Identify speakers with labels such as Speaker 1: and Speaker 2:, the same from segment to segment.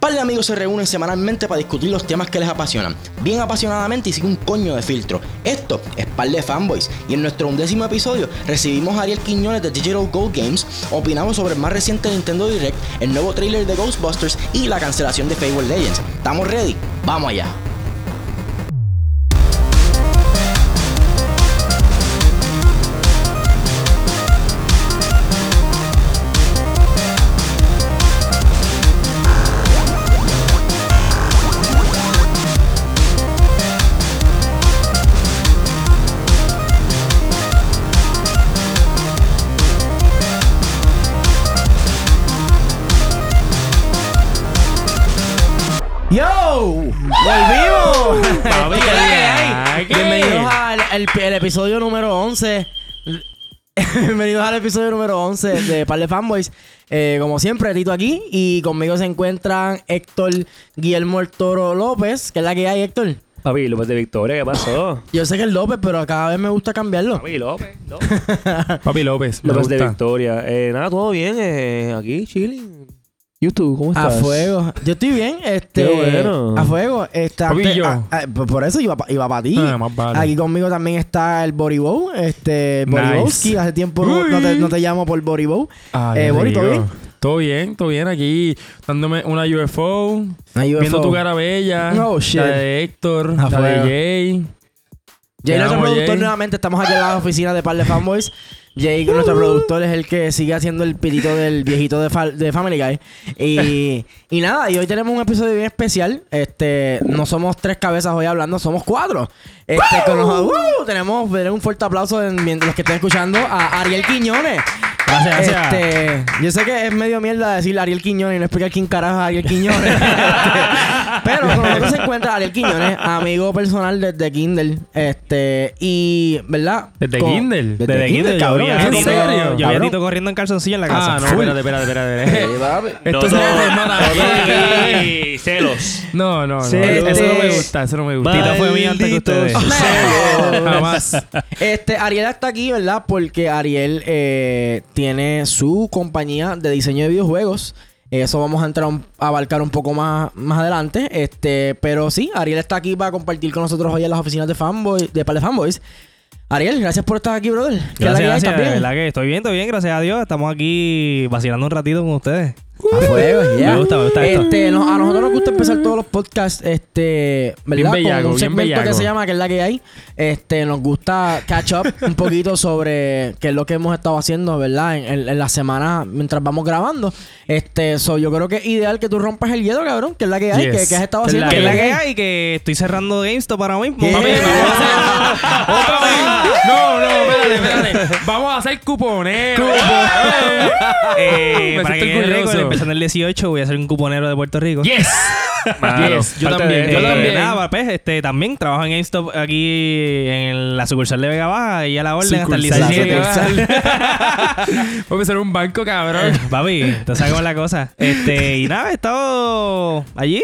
Speaker 1: par de amigos se reúnen semanalmente para discutir los temas que les apasionan, bien apasionadamente y sin un coño de filtro. Esto es par de fanboys, y en nuestro undécimo episodio recibimos a Ariel Quiñones de Digital Go Games, opinamos sobre el más reciente Nintendo Direct, el nuevo trailer de Ghostbusters y la cancelación de Fable Legends. ¿Estamos ready? ¡Vamos allá!
Speaker 2: ¡Yo! ¡Volvimos!
Speaker 3: Papi,
Speaker 2: ¿Qué
Speaker 3: ¿qué
Speaker 2: hay?
Speaker 3: hay? ¿Qué?
Speaker 2: Bienvenidos al el- el episodio número 11. Bienvenidos al episodio número 11 de Par de Fanboys. Eh, como siempre, Tito aquí y conmigo se encuentran Héctor Guillermo el Toro López. ¿Qué es la que hay, Héctor?
Speaker 3: Papi, López de Victoria, ¿qué pasó?
Speaker 2: Yo sé que es López, pero cada vez me gusta cambiarlo.
Speaker 3: Papi, López. López,
Speaker 4: Papi López, me
Speaker 3: López de
Speaker 4: gusta.
Speaker 3: Victoria. Eh, nada, todo bien. Eh, aquí, chilling. YouTube, ¿cómo
Speaker 2: A
Speaker 3: estás?
Speaker 2: fuego. Yo estoy bien, este.
Speaker 3: Qué bueno.
Speaker 2: A fuego. Este,
Speaker 4: Papi,
Speaker 2: antes-
Speaker 4: yo.
Speaker 2: a- a- por eso iba, pa- iba para ti.
Speaker 4: Ah, más vale.
Speaker 2: Aquí conmigo también está el Boribow, este Boribowski.
Speaker 4: Nice.
Speaker 2: Hace tiempo no, no te,
Speaker 4: Uy.
Speaker 2: no te llamo por Boribow.
Speaker 4: Ah,
Speaker 2: Eh,
Speaker 4: qué
Speaker 2: Bori, ¿todo
Speaker 4: rico.
Speaker 2: bien?
Speaker 4: Todo bien, todo bien aquí. Dándome una UFO.
Speaker 2: Ay,
Speaker 4: Viendo tu cara bella.
Speaker 2: No, shit.
Speaker 4: La de Héctor.
Speaker 2: Ah,
Speaker 4: la
Speaker 2: fuego.
Speaker 4: de Jay.
Speaker 2: Jay,
Speaker 4: Te
Speaker 2: nuestro
Speaker 4: amo,
Speaker 2: productor,
Speaker 4: Jay.
Speaker 2: nuevamente estamos aquí en la oficina de Par de Fanboys. Jay, nuestro productor, es el que sigue haciendo el pitito del viejito de, Fa- de Family Guy. Y, y nada, y hoy tenemos un episodio bien especial. Este, no somos tres cabezas hoy hablando, somos cuatro. Este, con los- ¡Woo! tenemos veré un fuerte aplauso en, mientras los que estén escuchando a Ariel Quiñones.
Speaker 4: Gracias, gracias.
Speaker 2: Este, yo sé que es medio mierda decir Ariel Quiñones y no explicar quién carajo es Ariel Quiñones. Este, pero con nosotros se encuentra Ariel Quiñones, amigo personal desde Kindle. Este, y, ¿verdad?
Speaker 4: Desde
Speaker 2: Con-
Speaker 4: Kindle.
Speaker 2: Desde,
Speaker 4: Desde
Speaker 2: Kindle,
Speaker 4: Kindle,
Speaker 2: cabrón.
Speaker 4: yo vi a
Speaker 2: eso
Speaker 4: Tito-
Speaker 2: como-
Speaker 4: serio?
Speaker 3: Yo había
Speaker 2: cabrón.
Speaker 3: Tito corriendo en calzoncillo en la casa.
Speaker 4: Ah, no, espérate, espérate, espérate. espérate. Esto es una semana.
Speaker 3: Y celos.
Speaker 4: No, no, no.
Speaker 2: Sí,
Speaker 4: Eso no
Speaker 2: este-
Speaker 4: me gusta, eso no me gusta.
Speaker 3: Tito fue mío antes que ustedes.
Speaker 4: Jamás.
Speaker 2: Este, Ariel está aquí, ¿verdad? Porque Ariel eh, tiene su compañía de diseño de videojuegos. Eso vamos a entrar un- a abarcar un poco más, más adelante. Este, pero sí, Ariel está aquí para compartir con nosotros hoy en las oficinas de fanboy, de Pale Fanboys. Ariel, gracias por estar aquí, brother. ¿Qué es
Speaker 3: Gracias,
Speaker 2: la que hay?
Speaker 3: gracias.
Speaker 2: ¿Estás
Speaker 4: eh,
Speaker 3: de
Speaker 2: bien?
Speaker 3: verdad que estoy bien, estoy bien, gracias a Dios. Estamos aquí vacilando un ratito con ustedes.
Speaker 2: A fuego, yeah.
Speaker 3: Me gusta, me gusta esto.
Speaker 2: Este, nos- a nosotros nos gusta empezar todos los podcasts, este,
Speaker 4: Bien
Speaker 2: ¿verdad?
Speaker 4: bellaco,
Speaker 2: Con un
Speaker 4: bien
Speaker 2: segmento que
Speaker 4: bellaco.
Speaker 2: se llama que es la que hay. Este, nos gusta catch up un poquito sobre qué es lo que hemos estado haciendo, ¿verdad? En, en- en la semana mientras vamos grabando. Este, so, yo creo que es ideal que tú rompas el hielo, cabrón, que es la que hay,
Speaker 4: Yes.
Speaker 2: que, que has estado
Speaker 4: Que es
Speaker 2: haciendo.
Speaker 4: la
Speaker 3: Que es la
Speaker 4: que
Speaker 3: que hay, que estoy cerrando GameStop para mí.
Speaker 2: ¿Qué?
Speaker 4: Otra vez. No, no, espérate, espérate. Vamos a hacer cuponero.
Speaker 3: Eh,
Speaker 4: Me
Speaker 3: para que
Speaker 4: siento
Speaker 3: quede récord,
Speaker 4: orgulloso.
Speaker 3: empezando el 18 voy a ser un cuponero de Puerto Rico.
Speaker 4: Yes.
Speaker 3: Claro.
Speaker 4: Yes. Yo
Speaker 3: Parte
Speaker 4: también.
Speaker 3: de-
Speaker 4: Yo
Speaker 3: eh,
Speaker 4: también.
Speaker 3: Nada, pues, este, también trabajo en GameStop aquí en la sucursal de Vega Baja y a la orden hasta el
Speaker 4: Sucursal de
Speaker 3: 17.
Speaker 4: Vega Vamos a ser un banco, cabrón.
Speaker 3: Eh, Papi, te saco la cosa. Este, y nada, he estado allí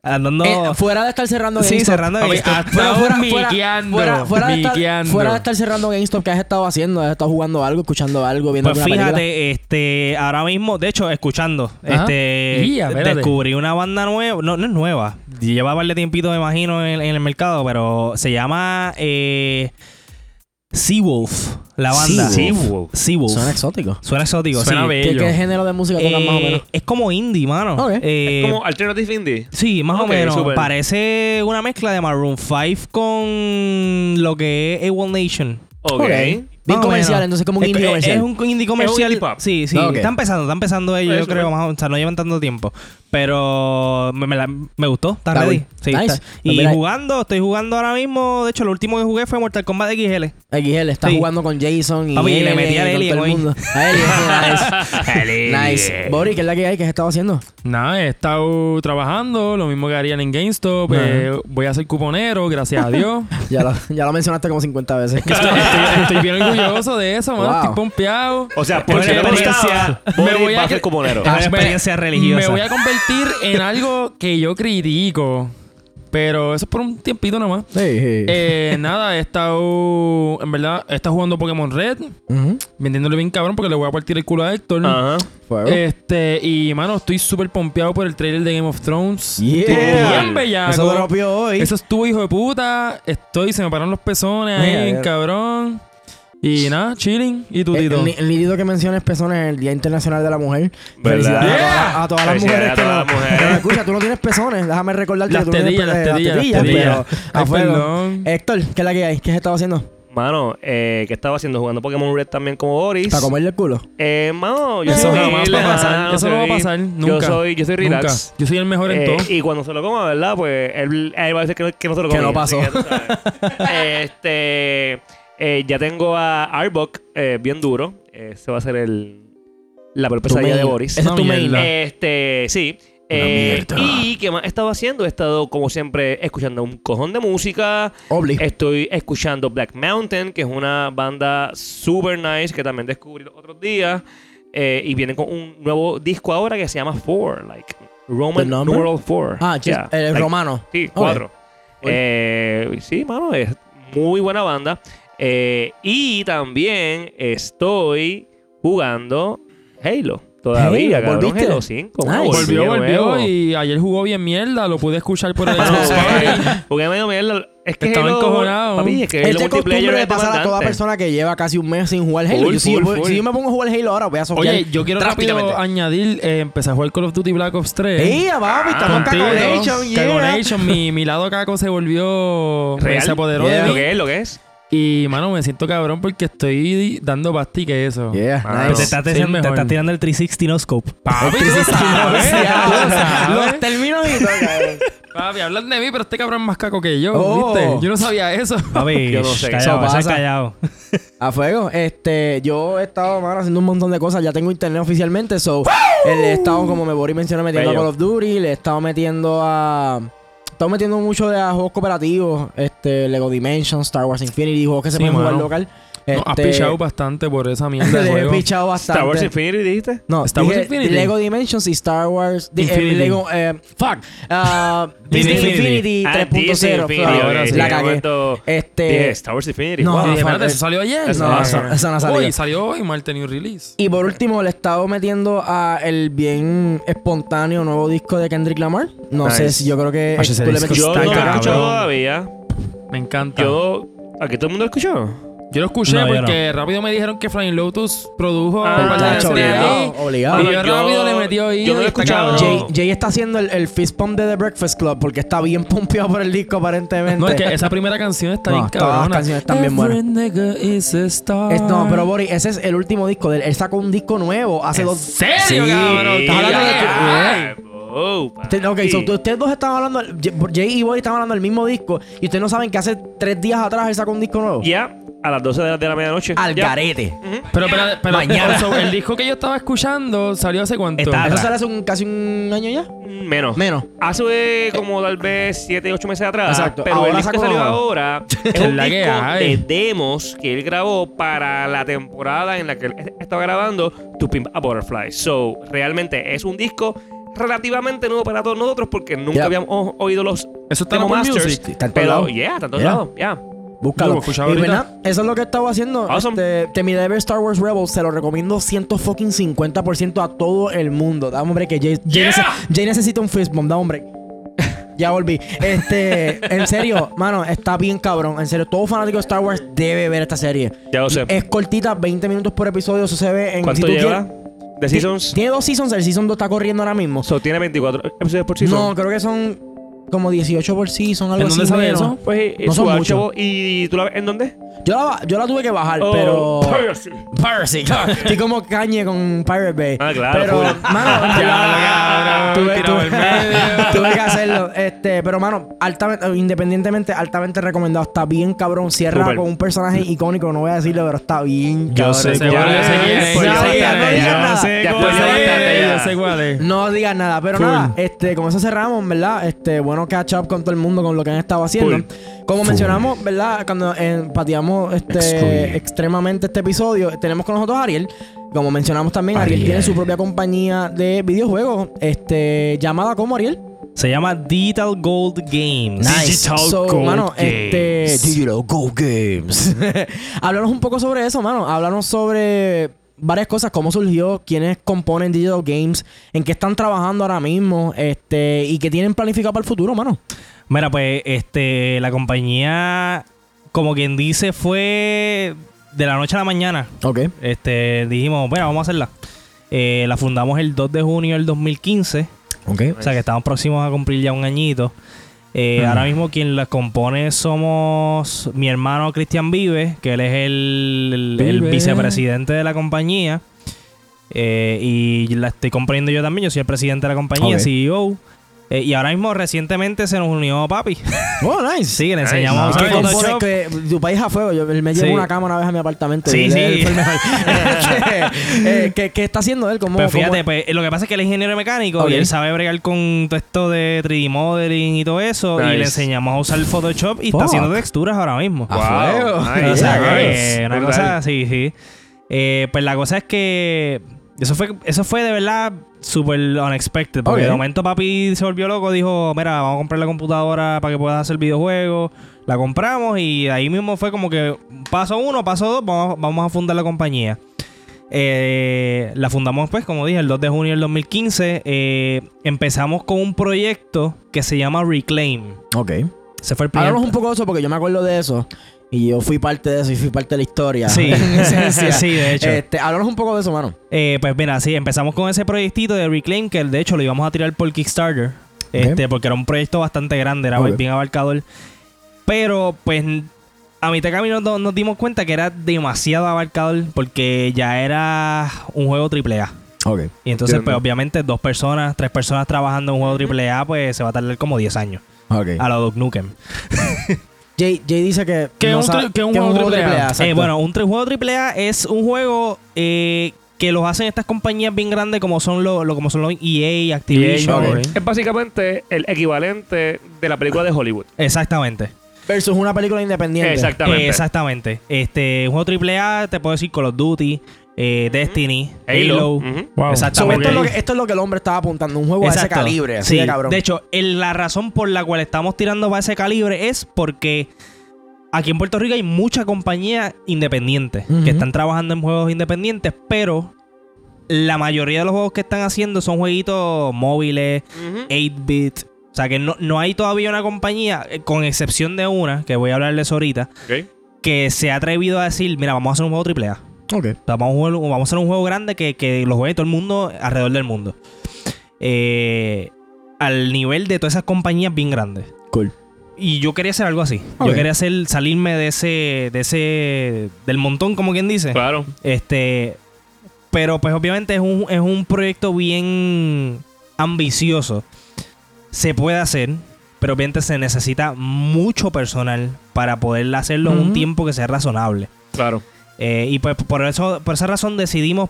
Speaker 3: andando.
Speaker 4: Oh.
Speaker 2: Eh, fuera de estar cerrando
Speaker 3: sí,
Speaker 2: GameStop.
Speaker 3: cerrando
Speaker 4: Papi,
Speaker 3: GameStop.
Speaker 4: hasta
Speaker 2: Bueno, fuera, fuera,
Speaker 4: miqueando,
Speaker 2: fuera- fuera de estar,
Speaker 4: miqueando.
Speaker 2: fuera de estar cerrando GameStop, ¿qué has estado haciendo? ¿Has estado jugando algo, escuchando algo, viendo
Speaker 3: Pues
Speaker 2: alguna película?
Speaker 3: fíjate, este, ahora mismo, de hecho, escuchando,
Speaker 4: Ajá.
Speaker 3: este,
Speaker 4: Ya, espérate.
Speaker 3: descubrí una banda nueva, no, no es nueva, lleva par de tiempito, me imagino, en, en el mercado, pero se llama eh, Seawolf, la banda.
Speaker 4: Seawolf.
Speaker 3: Seawolf.
Speaker 2: Son
Speaker 3: Suena,
Speaker 2: exóticos.
Speaker 3: exótico,
Speaker 4: Suena
Speaker 3: sí.
Speaker 4: bello.
Speaker 2: ¿Qué,
Speaker 4: Ellos.
Speaker 2: qué género de música tocan
Speaker 3: Eh,
Speaker 2: más o menos?
Speaker 3: Es como indie, mano.
Speaker 2: Ok.
Speaker 3: Eh,
Speaker 5: como Alternative Indie.
Speaker 3: Sí, más
Speaker 5: Ok,
Speaker 3: o menos.
Speaker 5: súper.
Speaker 3: Parece una mezcla de Maroon 5 con lo que es A1 Nation.
Speaker 5: Ok.
Speaker 2: Bien
Speaker 3: Más o
Speaker 2: comercial,
Speaker 3: menos.
Speaker 2: entonces como un
Speaker 3: Es-
Speaker 2: indie
Speaker 3: es-
Speaker 2: comercial.
Speaker 3: Es un indie comercial.
Speaker 5: indie pop.
Speaker 3: Sí, sí.
Speaker 2: Ah, ok.
Speaker 3: Están empezando, están empezando ellos,
Speaker 5: Eso,
Speaker 3: yo creo,
Speaker 5: pues.
Speaker 3: más o o sea, no llevan tanto tiempo. Pero me, me la- me gustó, está
Speaker 2: Está
Speaker 3: ready.
Speaker 2: cool.
Speaker 3: Sí,
Speaker 2: Nice.
Speaker 3: está.
Speaker 2: Pues
Speaker 3: Y
Speaker 2: mira-
Speaker 3: jugando, estoy jugando ahora mismo. De hecho, lo último que jugué fue Mortal Kombat XL.
Speaker 2: XL está
Speaker 3: Sí.
Speaker 2: jugando con Jason y,
Speaker 3: Papi, le
Speaker 2: Alien
Speaker 3: metí
Speaker 2: y
Speaker 3: al
Speaker 2: con
Speaker 3: Alien
Speaker 2: todo el
Speaker 3: hoy.
Speaker 2: mundo. A Alien, nice. nice. Bori, ¿qué es la que hay? ¿Qué has estado haciendo?
Speaker 4: Nada, he estado trabajando, lo mismo que harían en GameStop.
Speaker 2: Ajá.
Speaker 4: eh, voy a ser cuponero, gracias a Dios.
Speaker 2: Ya lo, ya lo mencionaste como 50 veces.
Speaker 4: estoy, estoy- estoy bien orgulloso de eso, mano.
Speaker 2: Wow.
Speaker 4: Estoy pompeado.
Speaker 5: O sea,
Speaker 3: Una
Speaker 5: por si no
Speaker 3: experiencia.
Speaker 5: gustaba,
Speaker 4: Me
Speaker 5: Boris
Speaker 4: voy
Speaker 5: va
Speaker 4: a
Speaker 5: a ser
Speaker 4: que-
Speaker 5: comunero.
Speaker 3: Ah, una experiencia
Speaker 4: me-
Speaker 3: religiosa.
Speaker 4: Me voy a convertir en algo que yo critico. Pero eso es por un tiempito nomás.
Speaker 2: Hey, hey.
Speaker 4: Eh, nada, he estado. En verdad, he estado jugando Pokémon Red.
Speaker 2: Ujú.
Speaker 4: Vendiéndole bien cabrón porque le voy a partir el culo a Héctor.
Speaker 5: Ajá.
Speaker 2: Fuego.
Speaker 4: Este, y mano, estoy súper pompeado por el trailer de Game of Thrones.
Speaker 2: Yeah.
Speaker 4: Estoy bien bellaco.
Speaker 2: Eso dropeó hoy.
Speaker 4: Eso estuvo, hijo de puta. Estoy, se me pararon los pezones ahí,
Speaker 2: Mira, mira.
Speaker 4: cabrón. Y nada, chilling. Y tu
Speaker 2: Eh,
Speaker 4: tito.
Speaker 2: El, ni- el nidito que mencionas pezones en el Día Internacional de la Mujer.
Speaker 5: ¿Verdad?
Speaker 2: Felicidades a
Speaker 4: Yeah.
Speaker 2: todas- a, todas las
Speaker 5: Felicidades
Speaker 2: mujeres
Speaker 5: a
Speaker 2: que
Speaker 5: todas
Speaker 2: no-
Speaker 5: las mujeres.
Speaker 2: Pero escucha, tú no tienes pezones. Déjame recordarte
Speaker 4: Las
Speaker 2: que tú no
Speaker 4: tetillas,
Speaker 2: tienes
Speaker 4: las
Speaker 2: pe- eh,
Speaker 4: tetillas, las tetillas.
Speaker 2: pero a
Speaker 4: Ay,
Speaker 2: fuego.
Speaker 4: perdón.
Speaker 2: Héctor, ¿qué es la que hay? ¿Qué has estado haciendo?
Speaker 5: Mano, eh, ¿qué estaba haciendo? Jugando Pokémon Red también como Boris.
Speaker 2: Para comerle el culo.
Speaker 5: Eh, mano, yo
Speaker 4: Eso
Speaker 5: soy
Speaker 4: jamás va a
Speaker 5: relajado,
Speaker 4: pasar. Eso no va a
Speaker 5: soy-
Speaker 4: pasar
Speaker 5: Yo
Speaker 4: nunca.
Speaker 5: soy, yo soy relax.
Speaker 4: Nunca. Yo soy el mejor en
Speaker 5: Eh,
Speaker 4: todo.
Speaker 5: y cuando se lo coma, ¿verdad? Pues él, él va a decir que no, que no se lo
Speaker 2: Que
Speaker 5: come.
Speaker 2: no
Speaker 5: así
Speaker 2: pasó.
Speaker 5: tú sabes. este, eh, ya tengo a Arbok eh, bien duro. Eh, Ese va a ser el, la peor pesadilla
Speaker 2: mail.
Speaker 5: de Boris.
Speaker 2: Ese es tu
Speaker 4: Una
Speaker 2: mail.
Speaker 4: mierda.
Speaker 5: Este, sí. Eh, y qué más he estado haciendo, he estado como siempre escuchando un cojón de música.
Speaker 2: Obli.
Speaker 5: Estoy escuchando Black Mountain, que es una banda super nice que también descubrí los otros días. Eh, y vienen con un nuevo disco ahora que se llama Four, like Roman
Speaker 2: ¿The number?
Speaker 5: numeral Four.
Speaker 2: ah, chis-
Speaker 5: Yeah,
Speaker 2: el
Speaker 5: like-
Speaker 2: romano.
Speaker 5: Sí,
Speaker 2: Ok.
Speaker 5: cuatro. Eh, sí, mano, es muy buena banda. Eh, y también estoy jugando Halo. Todavía,
Speaker 2: Halo,
Speaker 5: cabrón.
Speaker 2: ¿volviste?
Speaker 5: Halo 5. mano,
Speaker 2: Nice.
Speaker 5: volví
Speaker 4: Volvió,
Speaker 5: de
Speaker 4: volvió.
Speaker 5: nuevo.
Speaker 4: Y ayer jugó bien mierda. Lo pude escuchar por ahí.
Speaker 5: Mano, jugué- jugué medio mierda. Es que
Speaker 4: Estaba
Speaker 5: Halo-
Speaker 4: encojonado.
Speaker 5: Papi, es que
Speaker 2: Es
Speaker 5: Halo
Speaker 2: de
Speaker 5: multiplayer este
Speaker 2: costumbre de
Speaker 5: es
Speaker 2: pasar a toda
Speaker 5: demandante.
Speaker 2: persona que lleva casi un mes sin jugar Halo.
Speaker 5: Full,
Speaker 2: Yo si, yo
Speaker 5: full,
Speaker 2: voy-
Speaker 5: full.
Speaker 2: si yo me pongo a jugar Halo ahora, voy a soquear.
Speaker 4: Oye, yo quiero rápido
Speaker 1: Drásticamente.
Speaker 4: añadir, eh, empecé a jugar Call of Duty Black Ops 3.
Speaker 2: ¡Ea, papi! Estamos en
Speaker 4: Ah, Contigo.
Speaker 2: Caconation, yeah.
Speaker 4: Caconation, mi, mi lado caco se volvió. pues,
Speaker 5: Real.
Speaker 4: Se apoderó
Speaker 2: Yeah.
Speaker 4: de
Speaker 5: Lo
Speaker 4: mí.
Speaker 5: que es, lo que es.
Speaker 4: Y, mano, me siento cabrón porque estoy dando pastique eso.
Speaker 2: Yeah,
Speaker 5: Mano.
Speaker 3: Te
Speaker 2: nice.
Speaker 3: estás,
Speaker 4: Ah, Sí,
Speaker 3: tirando- te
Speaker 4: mejor.
Speaker 3: estás tirando el 360 no scope.
Speaker 4: Papi, tú sabes, tú sabes.
Speaker 2: Los términos y todo, cabrón.
Speaker 4: Papi, hablan de mí, pero este cabrón es más caco que yo,
Speaker 2: Oh.
Speaker 4: ¿viste? Yo no sabía eso.
Speaker 3: Papi,
Speaker 5: Yo no sé,
Speaker 3: shh,
Speaker 5: eso
Speaker 3: callado, ese es
Speaker 2: pasa.
Speaker 3: callado.
Speaker 2: A fuego. Este, yo he estado, mano, haciendo un montón de cosas. Ya tengo internet oficialmente, so... eh, Le he estado, como me Boris menciona, metiendo
Speaker 5: Bello.
Speaker 2: a Call of Duty. Le he estado metiendo a... he estado metiendo mucho de a juegos cooperativos. Este, Lego Dimension, Star Wars Infinity, juegos que se
Speaker 4: Sí,
Speaker 2: pueden jugar
Speaker 4: mano.
Speaker 2: local.
Speaker 4: No, has
Speaker 2: Este,
Speaker 4: pichado bastante por esa mierda de
Speaker 2: Le he
Speaker 4: juego.
Speaker 2: pichado bastante.
Speaker 5: Star Wars Infinity, dijiste.
Speaker 2: No,
Speaker 4: Star Wars
Speaker 2: dije
Speaker 4: Infinity.
Speaker 2: Lego Dimensions y Star Wars. di- eh,
Speaker 4: Infinity.
Speaker 2: Lego. eh, fuck. Ah, Disney
Speaker 3: Infinity.
Speaker 2: Infinity
Speaker 5: Ah, Disney
Speaker 2: 3.0.
Speaker 5: Infinity,
Speaker 2: fuck,
Speaker 5: ok,
Speaker 2: La
Speaker 5: sí,
Speaker 2: cagué.
Speaker 5: momento- Dije,
Speaker 2: Este.
Speaker 5: Star Wars Infinity.
Speaker 2: No,
Speaker 5: wow.
Speaker 4: Y dije,
Speaker 2: fuck,
Speaker 4: espérate,
Speaker 2: eh,
Speaker 4: eso salió ayer.
Speaker 5: eso
Speaker 2: No,
Speaker 5: Ah,
Speaker 2: eso, eso no salió.
Speaker 4: Hoy salió hoy, Marta New Release.
Speaker 2: Y por último, le he estado metiendo a el bien espontáneo nuevo disco de Kendrick Lamar. No
Speaker 5: Nice.
Speaker 2: sé si yo creo que.
Speaker 3: Ah, ese
Speaker 2: tú le
Speaker 3: disco
Speaker 2: metiste-
Speaker 5: Yo no
Speaker 3: Está
Speaker 5: lo he
Speaker 3: cabrón.
Speaker 5: escuchado todavía.
Speaker 4: Me encanta. Yo,
Speaker 2: Ah.
Speaker 5: Yo. ¿Aquí todo el mundo lo escuchó?
Speaker 4: lo escuché
Speaker 3: No, yo
Speaker 4: porque rápido me dijeron que Flying Lotus produjo.
Speaker 5: Ah,
Speaker 4: un par de
Speaker 5: chacho,
Speaker 4: canciones
Speaker 2: obligado,
Speaker 4: ahí.
Speaker 2: obligado.
Speaker 4: Y yo,
Speaker 5: Yo-
Speaker 4: rápido le metí oído.
Speaker 5: yo no lo
Speaker 4: y
Speaker 5: he
Speaker 4: está
Speaker 5: escuchado.
Speaker 4: cabrón.
Speaker 2: Jay, Jay está haciendo el, el fist pump de The Breakfast Club porque está bien pompeado por el disco, aparentemente.
Speaker 4: No, es que esa primera canción está
Speaker 2: No,
Speaker 4: bien
Speaker 2: todas las
Speaker 4: cabrona.
Speaker 2: canciones están bien buenas.
Speaker 4: Every nigga is a star.
Speaker 2: Es- no, pero Boris, ese es el último disco. de él. él sacó un disco nuevo hace
Speaker 4: ¿En
Speaker 2: dos.
Speaker 4: serio,
Speaker 2: Sí.
Speaker 4: cabrón?
Speaker 2: Estás hablando de
Speaker 4: Ay,
Speaker 5: Ah, Ay, wow,
Speaker 2: Usted- ok,
Speaker 5: papi.
Speaker 2: so, tú- ustedes dos estaban hablando, Jay y Boy estaban hablando del mismo disco y ustedes no saben que hace tres días atrás él sacó un disco nuevo.
Speaker 5: Ya, a las 12 de la, de la medianoche.
Speaker 2: Al
Speaker 5: Ya.
Speaker 2: garete.
Speaker 4: Pero, pero, pero
Speaker 2: Mañana.
Speaker 4: also, el disco que yo estaba escuchando salió hace cuánto.
Speaker 2: Eso sale hace un- casi un año ya.
Speaker 5: Menos.
Speaker 2: Menos.
Speaker 5: Hace eh, como tal vez 7, 8 meses atrás.
Speaker 2: Exacto.
Speaker 5: Pero
Speaker 2: Ahora
Speaker 5: el disco que
Speaker 2: sacó
Speaker 5: salió
Speaker 2: uno.
Speaker 5: ahora es
Speaker 4: Es
Speaker 5: un
Speaker 4: la que
Speaker 5: disco
Speaker 4: hay.
Speaker 5: de demos que él grabó para la temporada en la que él estaba grabando To Pimp a Butterfly. So, realmente es un disco relativamente nuevo para todos nosotros porque nunca
Speaker 2: Yeah.
Speaker 5: habíamos o- oído los
Speaker 4: Eso está en
Speaker 5: demo
Speaker 4: Apple
Speaker 5: masters.
Speaker 4: Music.
Speaker 2: Está en todos
Speaker 5: pero,
Speaker 2: lados.
Speaker 5: yeah, está en todos
Speaker 2: Yeah.
Speaker 5: lados, yeah.
Speaker 2: Búscalo.
Speaker 4: Yo lo escuchaba
Speaker 2: y
Speaker 4: ahorita.
Speaker 2: verdad, eso es lo que he estado haciendo.
Speaker 5: Awesome.
Speaker 2: Este, terminé de ver Star Wars Rebels, se lo recomiendo 150% a todo el mundo. Dame hombre que Jay, Jay
Speaker 4: Yeah.
Speaker 2: nece- Jay necesita un fist bomb, dame hombre. Ya volví. Este, en serio, mano, está bien cabrón. En serio, todo fanático de Star Wars debe ver esta serie.
Speaker 5: Ya lo sé.
Speaker 2: Es cortita, 20 minutos por episodio, eso se ve en
Speaker 5: ¿Cuánto
Speaker 2: eh, si tú
Speaker 5: lleva?
Speaker 2: quieres-
Speaker 5: ¿De Seasons?
Speaker 2: Tiene dos seasons, el season 2 está corriendo ahora mismo.
Speaker 5: So, tiene 24 episodios por season.
Speaker 2: no, creo que son como 18 por season, algo
Speaker 4: ¿En dónde
Speaker 2: así.
Speaker 4: sale
Speaker 2: menos.
Speaker 4: eso?
Speaker 5: Pues, y- y
Speaker 2: No
Speaker 5: su
Speaker 2: son
Speaker 5: archivo- ¿Y tú la ves en dónde?
Speaker 2: Yo la, ba- yo la tuve que bajar,
Speaker 5: Oh,
Speaker 2: pero.
Speaker 5: Piracy.
Speaker 2: Piracy, claro. Estoy como cañe con Pirate Bay.
Speaker 5: Ah, claro,
Speaker 2: Pero,
Speaker 5: full.
Speaker 2: mano, en verdad,
Speaker 4: cabrón,
Speaker 2: tuve,
Speaker 4: tirado al
Speaker 2: tuve, tuve que hacerlo. Este, pero, mano, altamente, independientemente, altamente recomendado. Está bien, cabrón. Cierra
Speaker 5: Súper.
Speaker 2: con un personaje icónico, no voy a decirlo, pero está bien,
Speaker 3: Yo
Speaker 2: cabrón.
Speaker 3: sé
Speaker 4: Seguro
Speaker 3: cuál
Speaker 4: yo
Speaker 3: es.
Speaker 4: sé quién es.
Speaker 3: Pues
Speaker 4: Yo
Speaker 3: yo
Speaker 4: sé
Speaker 3: sé
Speaker 4: quién
Speaker 2: cuál es.
Speaker 3: cuál
Speaker 2: Ya
Speaker 3: es.
Speaker 2: sé
Speaker 3: Ya
Speaker 5: cuál
Speaker 3: sé
Speaker 5: es.
Speaker 3: cuál es.
Speaker 5: Ya.
Speaker 4: Yo sé cuál es.
Speaker 2: No digas nada, pero
Speaker 4: Full.
Speaker 2: nada, este, con eso cerramos, ¿verdad? Este, bueno, catch up con todo el mundo con lo que han estado haciendo.
Speaker 5: Full.
Speaker 2: Como mencionamos, ¿verdad? Cuando eh, pateamos este,
Speaker 3: Extreme.
Speaker 2: extremadamente este episodio, tenemos con nosotros a Ariel. Como mencionamos también, Ariel,
Speaker 3: Ariel.
Speaker 2: tiene su propia compañía de videojuegos, este, llamada como Ariel.
Speaker 3: Se llama Digital Gold Games.
Speaker 2: Nice. So, mano, este. Digital Go Games. Háblanos un poco sobre eso, mano. Háblanos sobre varias cosas, cómo surgió, quiénes componen Digital Games, en qué están trabajando ahora mismo, este, y qué tienen planificado para el futuro, mano.
Speaker 3: Mira, pues este, la compañía, como quien dice, fue de la noche a la mañana.
Speaker 2: Ok.
Speaker 3: Este, dijimos, bueno, vamos a hacerla. Eh, la fundamos el 2 de junio del 2015.
Speaker 2: Ok.
Speaker 3: O sea que estamos próximos a cumplir ya un añito. Eh, Ahora mismo quien las compone somos mi hermano Cristian Vive, que él es el, el- el
Speaker 2: Vive.
Speaker 3: vicepresidente de la compañía. Eh, y la estoy componiendo yo también, yo soy el presidente de la compañía,
Speaker 2: Ok.
Speaker 3: CEO. Eh, y ahora mismo recientemente se nos unió papi.
Speaker 2: Oh, nice.
Speaker 3: sí, que le
Speaker 5: Nice.
Speaker 3: enseñamos
Speaker 5: Ah,
Speaker 2: ¿Qué
Speaker 5: Ay,
Speaker 2: compones?
Speaker 3: Photoshop.
Speaker 2: Que tu país a fuego. Yo, me llevo
Speaker 3: Sí.
Speaker 2: una cámara una vez a mi apartamento.
Speaker 3: Sí,
Speaker 2: y
Speaker 3: sí.
Speaker 2: él fue el mejor. ¿Qué, eh, qué- qué está haciendo él? ¿Cómo,
Speaker 3: Pues
Speaker 2: cómo-
Speaker 3: fíjate, pues, lo que pasa es que él es ingeniero mecánico
Speaker 2: Ok.
Speaker 3: y él sabe bregar con todo esto de 3D modeling y todo eso. Y
Speaker 5: Nice.
Speaker 3: le enseñamos a usar Photoshop y
Speaker 2: Fuck.
Speaker 3: está haciendo texturas ahora mismo.
Speaker 2: Ah, fuego.
Speaker 5: nice,
Speaker 3: o sea, que,
Speaker 5: nice.
Speaker 3: una
Speaker 5: Brutal.
Speaker 3: cosa, sí, sí. Eh, pues la cosa es que eso fue, eso fue de verdad súper unexpected. Porque
Speaker 2: Ok.
Speaker 3: de momento papi se volvió loco, dijo, mira, vamos a comprar la computadora para que puedas hacer videojuegos. La compramos y ahí mismo fue como que paso uno, paso dos, vamos, vamos a fundar la compañía. Eh, la fundamos, pues, como dije, el 2 de junio del 2015. Eh, empezamos con un proyecto que se llama Reclaim.
Speaker 2: Ok.
Speaker 3: Se fue el primer...
Speaker 2: Háblanos un poco de eso porque yo me acuerdo de eso. Y yo fui parte de eso y fui parte de la historia.
Speaker 3: Sí,
Speaker 2: en esencia.
Speaker 3: sí, de hecho.
Speaker 2: Este, háblanos un poco de eso, mano.
Speaker 3: Eh, pues mira, sí, empezamos con ese proyectito de Reclaim, que de hecho lo íbamos a tirar por Kickstarter. Este, porque era un proyecto bastante grande, era
Speaker 2: Ok.
Speaker 3: bien abarcador. Pero, pues, a mitad de camino no- nos dimos cuenta que era demasiado abarcador porque ya era un juego AAA.
Speaker 2: Ok.
Speaker 3: Y entonces,
Speaker 5: Entiendo.
Speaker 3: pues, obviamente, dos personas, tres personas trabajando en un juego AAA, pues se va a tardar como 10 años.
Speaker 2: Ok.
Speaker 3: A la Duke Nukem.
Speaker 2: Jay, Jay dice que.
Speaker 4: Que
Speaker 2: no
Speaker 4: un
Speaker 2: sabe-
Speaker 4: tri- que un juego triple A.
Speaker 2: triple A,
Speaker 3: Eh,
Speaker 2: exacto.
Speaker 3: bueno, un tri- juego AAA es un juego eh, que los hacen estas compañías bien grandes como son los lo, como son los EA, Activision.
Speaker 2: ok.
Speaker 5: Es básicamente el equivalente de la película de Hollywood.
Speaker 3: Exactamente.
Speaker 2: Versus una película independiente.
Speaker 5: Exactamente.
Speaker 3: Eh, exactamente. Este, un juego AAA, te puedo decir Call of Duty, eh, Destiny, Halo.
Speaker 5: Halo. Ujú.
Speaker 4: Wow.
Speaker 2: So, esto,
Speaker 3: Exactamente.
Speaker 2: es lo que, esto es lo que el hombre estaba apuntando. Un juego de ese
Speaker 3: Exacto.
Speaker 2: calibre. Así
Speaker 3: Sí.
Speaker 2: de cabrón.
Speaker 3: hecho, el- la razón por la cual estamos tirando para ese calibre es porque aquí en Puerto Rico hay mucha compañía independiente
Speaker 2: Ujú.
Speaker 3: que están trabajando en juegos independientes, pero la mayoría de los juegos que están haciendo son jueguitos móviles,
Speaker 5: Ujú.
Speaker 3: 8-bit. O sea que no, no hay todavía una compañía, eh, con excepción de una, que voy a hablarles ahorita,
Speaker 5: Ok.
Speaker 3: que se ha atrevido a decir, mira, vamos a hacer un juego AAA.
Speaker 2: Ok.
Speaker 3: O sea, vamos, a jugar- vamos a hacer un juego grande que, que lo juegue todo el mundo alrededor del mundo. Eh, al nivel de todas esas compañías bien grandes.
Speaker 2: Cool.
Speaker 3: Y yo quería hacer algo así.
Speaker 2: Ok.
Speaker 3: Yo quería hacer, salirme de ese, de ese, del montón, como quien dice.
Speaker 5: Claro.
Speaker 3: Este, pero pues obviamente es un, es un proyecto bien ambicioso. Se puede hacer, pero obviamente se necesita mucho personal para poder hacerlo en
Speaker 2: Ujú.
Speaker 3: un tiempo que sea razonable.
Speaker 5: Claro.
Speaker 3: Eh, y pues por eso, por esa razón decidimos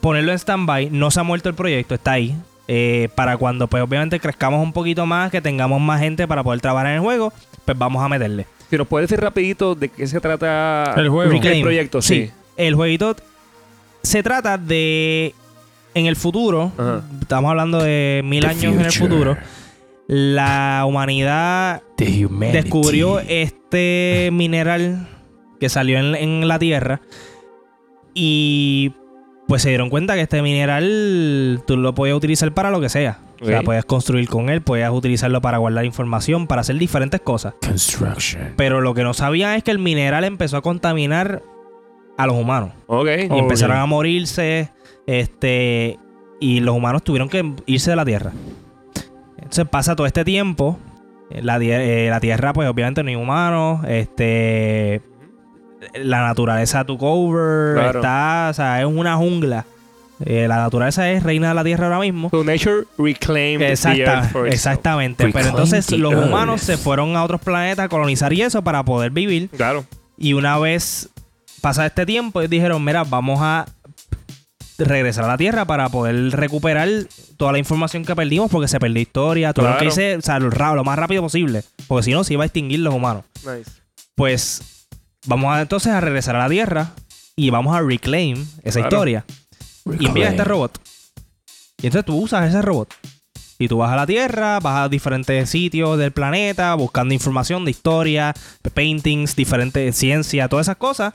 Speaker 3: ponerlo en stand-by. No se ha muerto el proyecto, está ahí. Eh, para cuando, pues obviamente crezcamos un poquito más, que tengamos más gente para poder trabajar en el juego, pues vamos a meterle.
Speaker 5: Si nos puedes decir rapidito de qué se trata
Speaker 4: El juego.
Speaker 5: el proyecto, sí.
Speaker 3: El jueguito se trata de en el futuro,
Speaker 5: Ajá.
Speaker 3: estamos hablando de mil
Speaker 2: The
Speaker 3: años en el
Speaker 2: future.
Speaker 3: futuro, la humanidad descubrió este mineral que salió en, en la Tierra y pues se dieron cuenta que este mineral tú lo podías utilizar para lo que sea. O sea,
Speaker 5: Ok.
Speaker 3: podías construir con él, podías utilizarlo para guardar información, para hacer diferentes cosas.
Speaker 2: Construction.
Speaker 3: Pero lo que no sabían es que el mineral empezó a contaminar a los humanos.
Speaker 5: Ok.
Speaker 3: Y empezaron a morirse. Este. Y los humanos tuvieron que irse de la Tierra. Entonces pasa todo este tiempo. eh, La, die- eh, la Tierra, pues obviamente no hay humanos. Este. La naturaleza took over.
Speaker 5: Claro.
Speaker 3: Está. O sea, es una jungla. Eh, la naturaleza es reina de la Tierra ahora mismo.
Speaker 5: So nature reclaimed the
Speaker 3: Exacta-
Speaker 5: earth for itself.
Speaker 3: exactamente. Pero
Speaker 2: Reclaim
Speaker 3: entonces
Speaker 2: the
Speaker 3: los
Speaker 2: earth.
Speaker 3: humanos se fueron a otros planetas a colonizar y eso para poder vivir.
Speaker 5: Claro.
Speaker 3: Y una vez pasado este tiempo, ellos dijeron, mira, vamos a regresar a la Tierra para poder recuperar toda la información que perdimos porque se perdió historia, todo lo que
Speaker 5: Claro.
Speaker 3: hice, o sea, lo, ra- lo más rápido posible, porque si no se iba a extinguir los humanos.
Speaker 5: Nice.
Speaker 3: Pues vamos a- entonces a regresar a la Tierra y vamos a reclaim esa
Speaker 5: Claro.
Speaker 3: historia. Y envía este robot. Y entonces tú usas ese robot Y tú vas a la Tierra, vas a diferentes sitios del planeta, buscando información de historia, paintings, diferentes ciencia, todas esas cosas,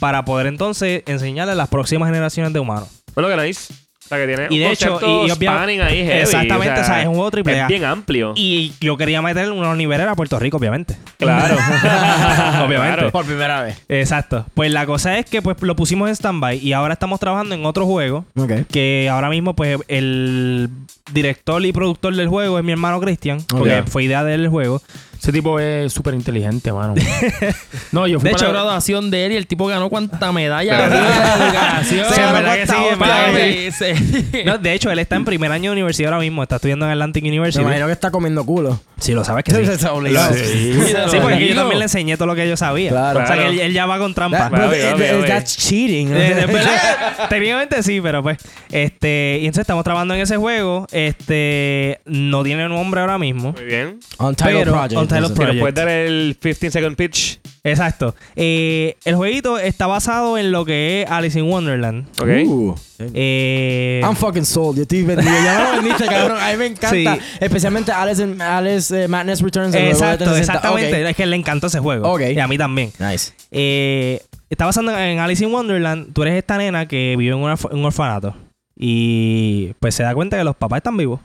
Speaker 3: para poder entonces enseñarle a las próximas generaciones de humanos.
Speaker 5: Bueno, que nice. O sea, que tiene
Speaker 3: Y
Speaker 5: un
Speaker 3: de hecho,
Speaker 5: concepto
Speaker 3: y- y obvia-
Speaker 5: spanning ahí heavy.
Speaker 3: Exactamente, o sea, es un juego triple A.
Speaker 5: Es bien amplio.
Speaker 3: Y yo quería meter unos niveles a Puerto Rico, obviamente.
Speaker 5: Claro.
Speaker 3: Obviamente.
Speaker 5: Claro.
Speaker 2: Por primera vez.
Speaker 3: Exacto. Pues la cosa es que pues lo pusimos en stand-by y ahora estamos trabajando en otro juego
Speaker 2: Ok.
Speaker 3: que ahora mismo pues el director y productor del juego es mi hermano Cristian, porque
Speaker 4: Ok.
Speaker 3: fue idea del juego.
Speaker 4: Ese tipo es súper inteligente, mano. no, yo fui
Speaker 3: De
Speaker 4: para
Speaker 3: hecho-
Speaker 4: la graduación de él y el tipo ganó cuánta medalla.
Speaker 5: ¿Verdad?
Speaker 4: de la graduación.
Speaker 3: Sí, en verdad que sí, en verdad que
Speaker 4: Papi,
Speaker 3: No, de hecho, él está en primer año de universidad ahora mismo, está estudiando en Atlantic
Speaker 2: Me
Speaker 3: University.
Speaker 2: imagino que está comiendo culo.
Speaker 3: Si lo sabes que sí.
Speaker 2: Está
Speaker 3: Lo-
Speaker 2: obligado.
Speaker 4: sí.
Speaker 3: Sí, porque yo también le enseñé todo lo que yo sabía.
Speaker 2: Claro.
Speaker 3: O sea, que
Speaker 5: Claro.
Speaker 3: él, él ya va con trampa.
Speaker 2: That-
Speaker 5: Va,
Speaker 2: but
Speaker 5: va,
Speaker 2: it-
Speaker 5: va,
Speaker 2: it-
Speaker 5: va.
Speaker 2: That's cheating.
Speaker 3: Eh, de verdad, Técnicamente sí, pero pues. Este. Y entonces estamos trabajando en ese juego. Este. No tiene nombre ahora mismo.
Speaker 5: Muy bien.
Speaker 2: Untitled Project.
Speaker 3: Pero-
Speaker 2: entonces.
Speaker 3: Untitled
Speaker 5: Si nos
Speaker 3: Project.
Speaker 5: puedes dar el 15 second pitch.
Speaker 3: Exacto. Eh, el jueguito está basado en lo que es Alice in Wonderland.
Speaker 5: Ok.
Speaker 2: Uh.
Speaker 3: Eh,
Speaker 2: I'm fucking sold. Yo estoy vendido. Ya me lo vendiste, cabrón. A mí me encanta.
Speaker 3: Sí.
Speaker 2: Especialmente Alice, en- Alice eh, Madness Returns. el juego de
Speaker 3: exacto,
Speaker 2: 360.
Speaker 3: exactamente. Es que le encantó ese juego.
Speaker 2: Ok.
Speaker 3: Y a mí también.
Speaker 2: Ok. Nice.
Speaker 3: Eh, está basando en Alice in Wonderland. Tú eres esta nena que vive en un, orf- un orfanato. Y pues se da cuenta que los papás están vivos.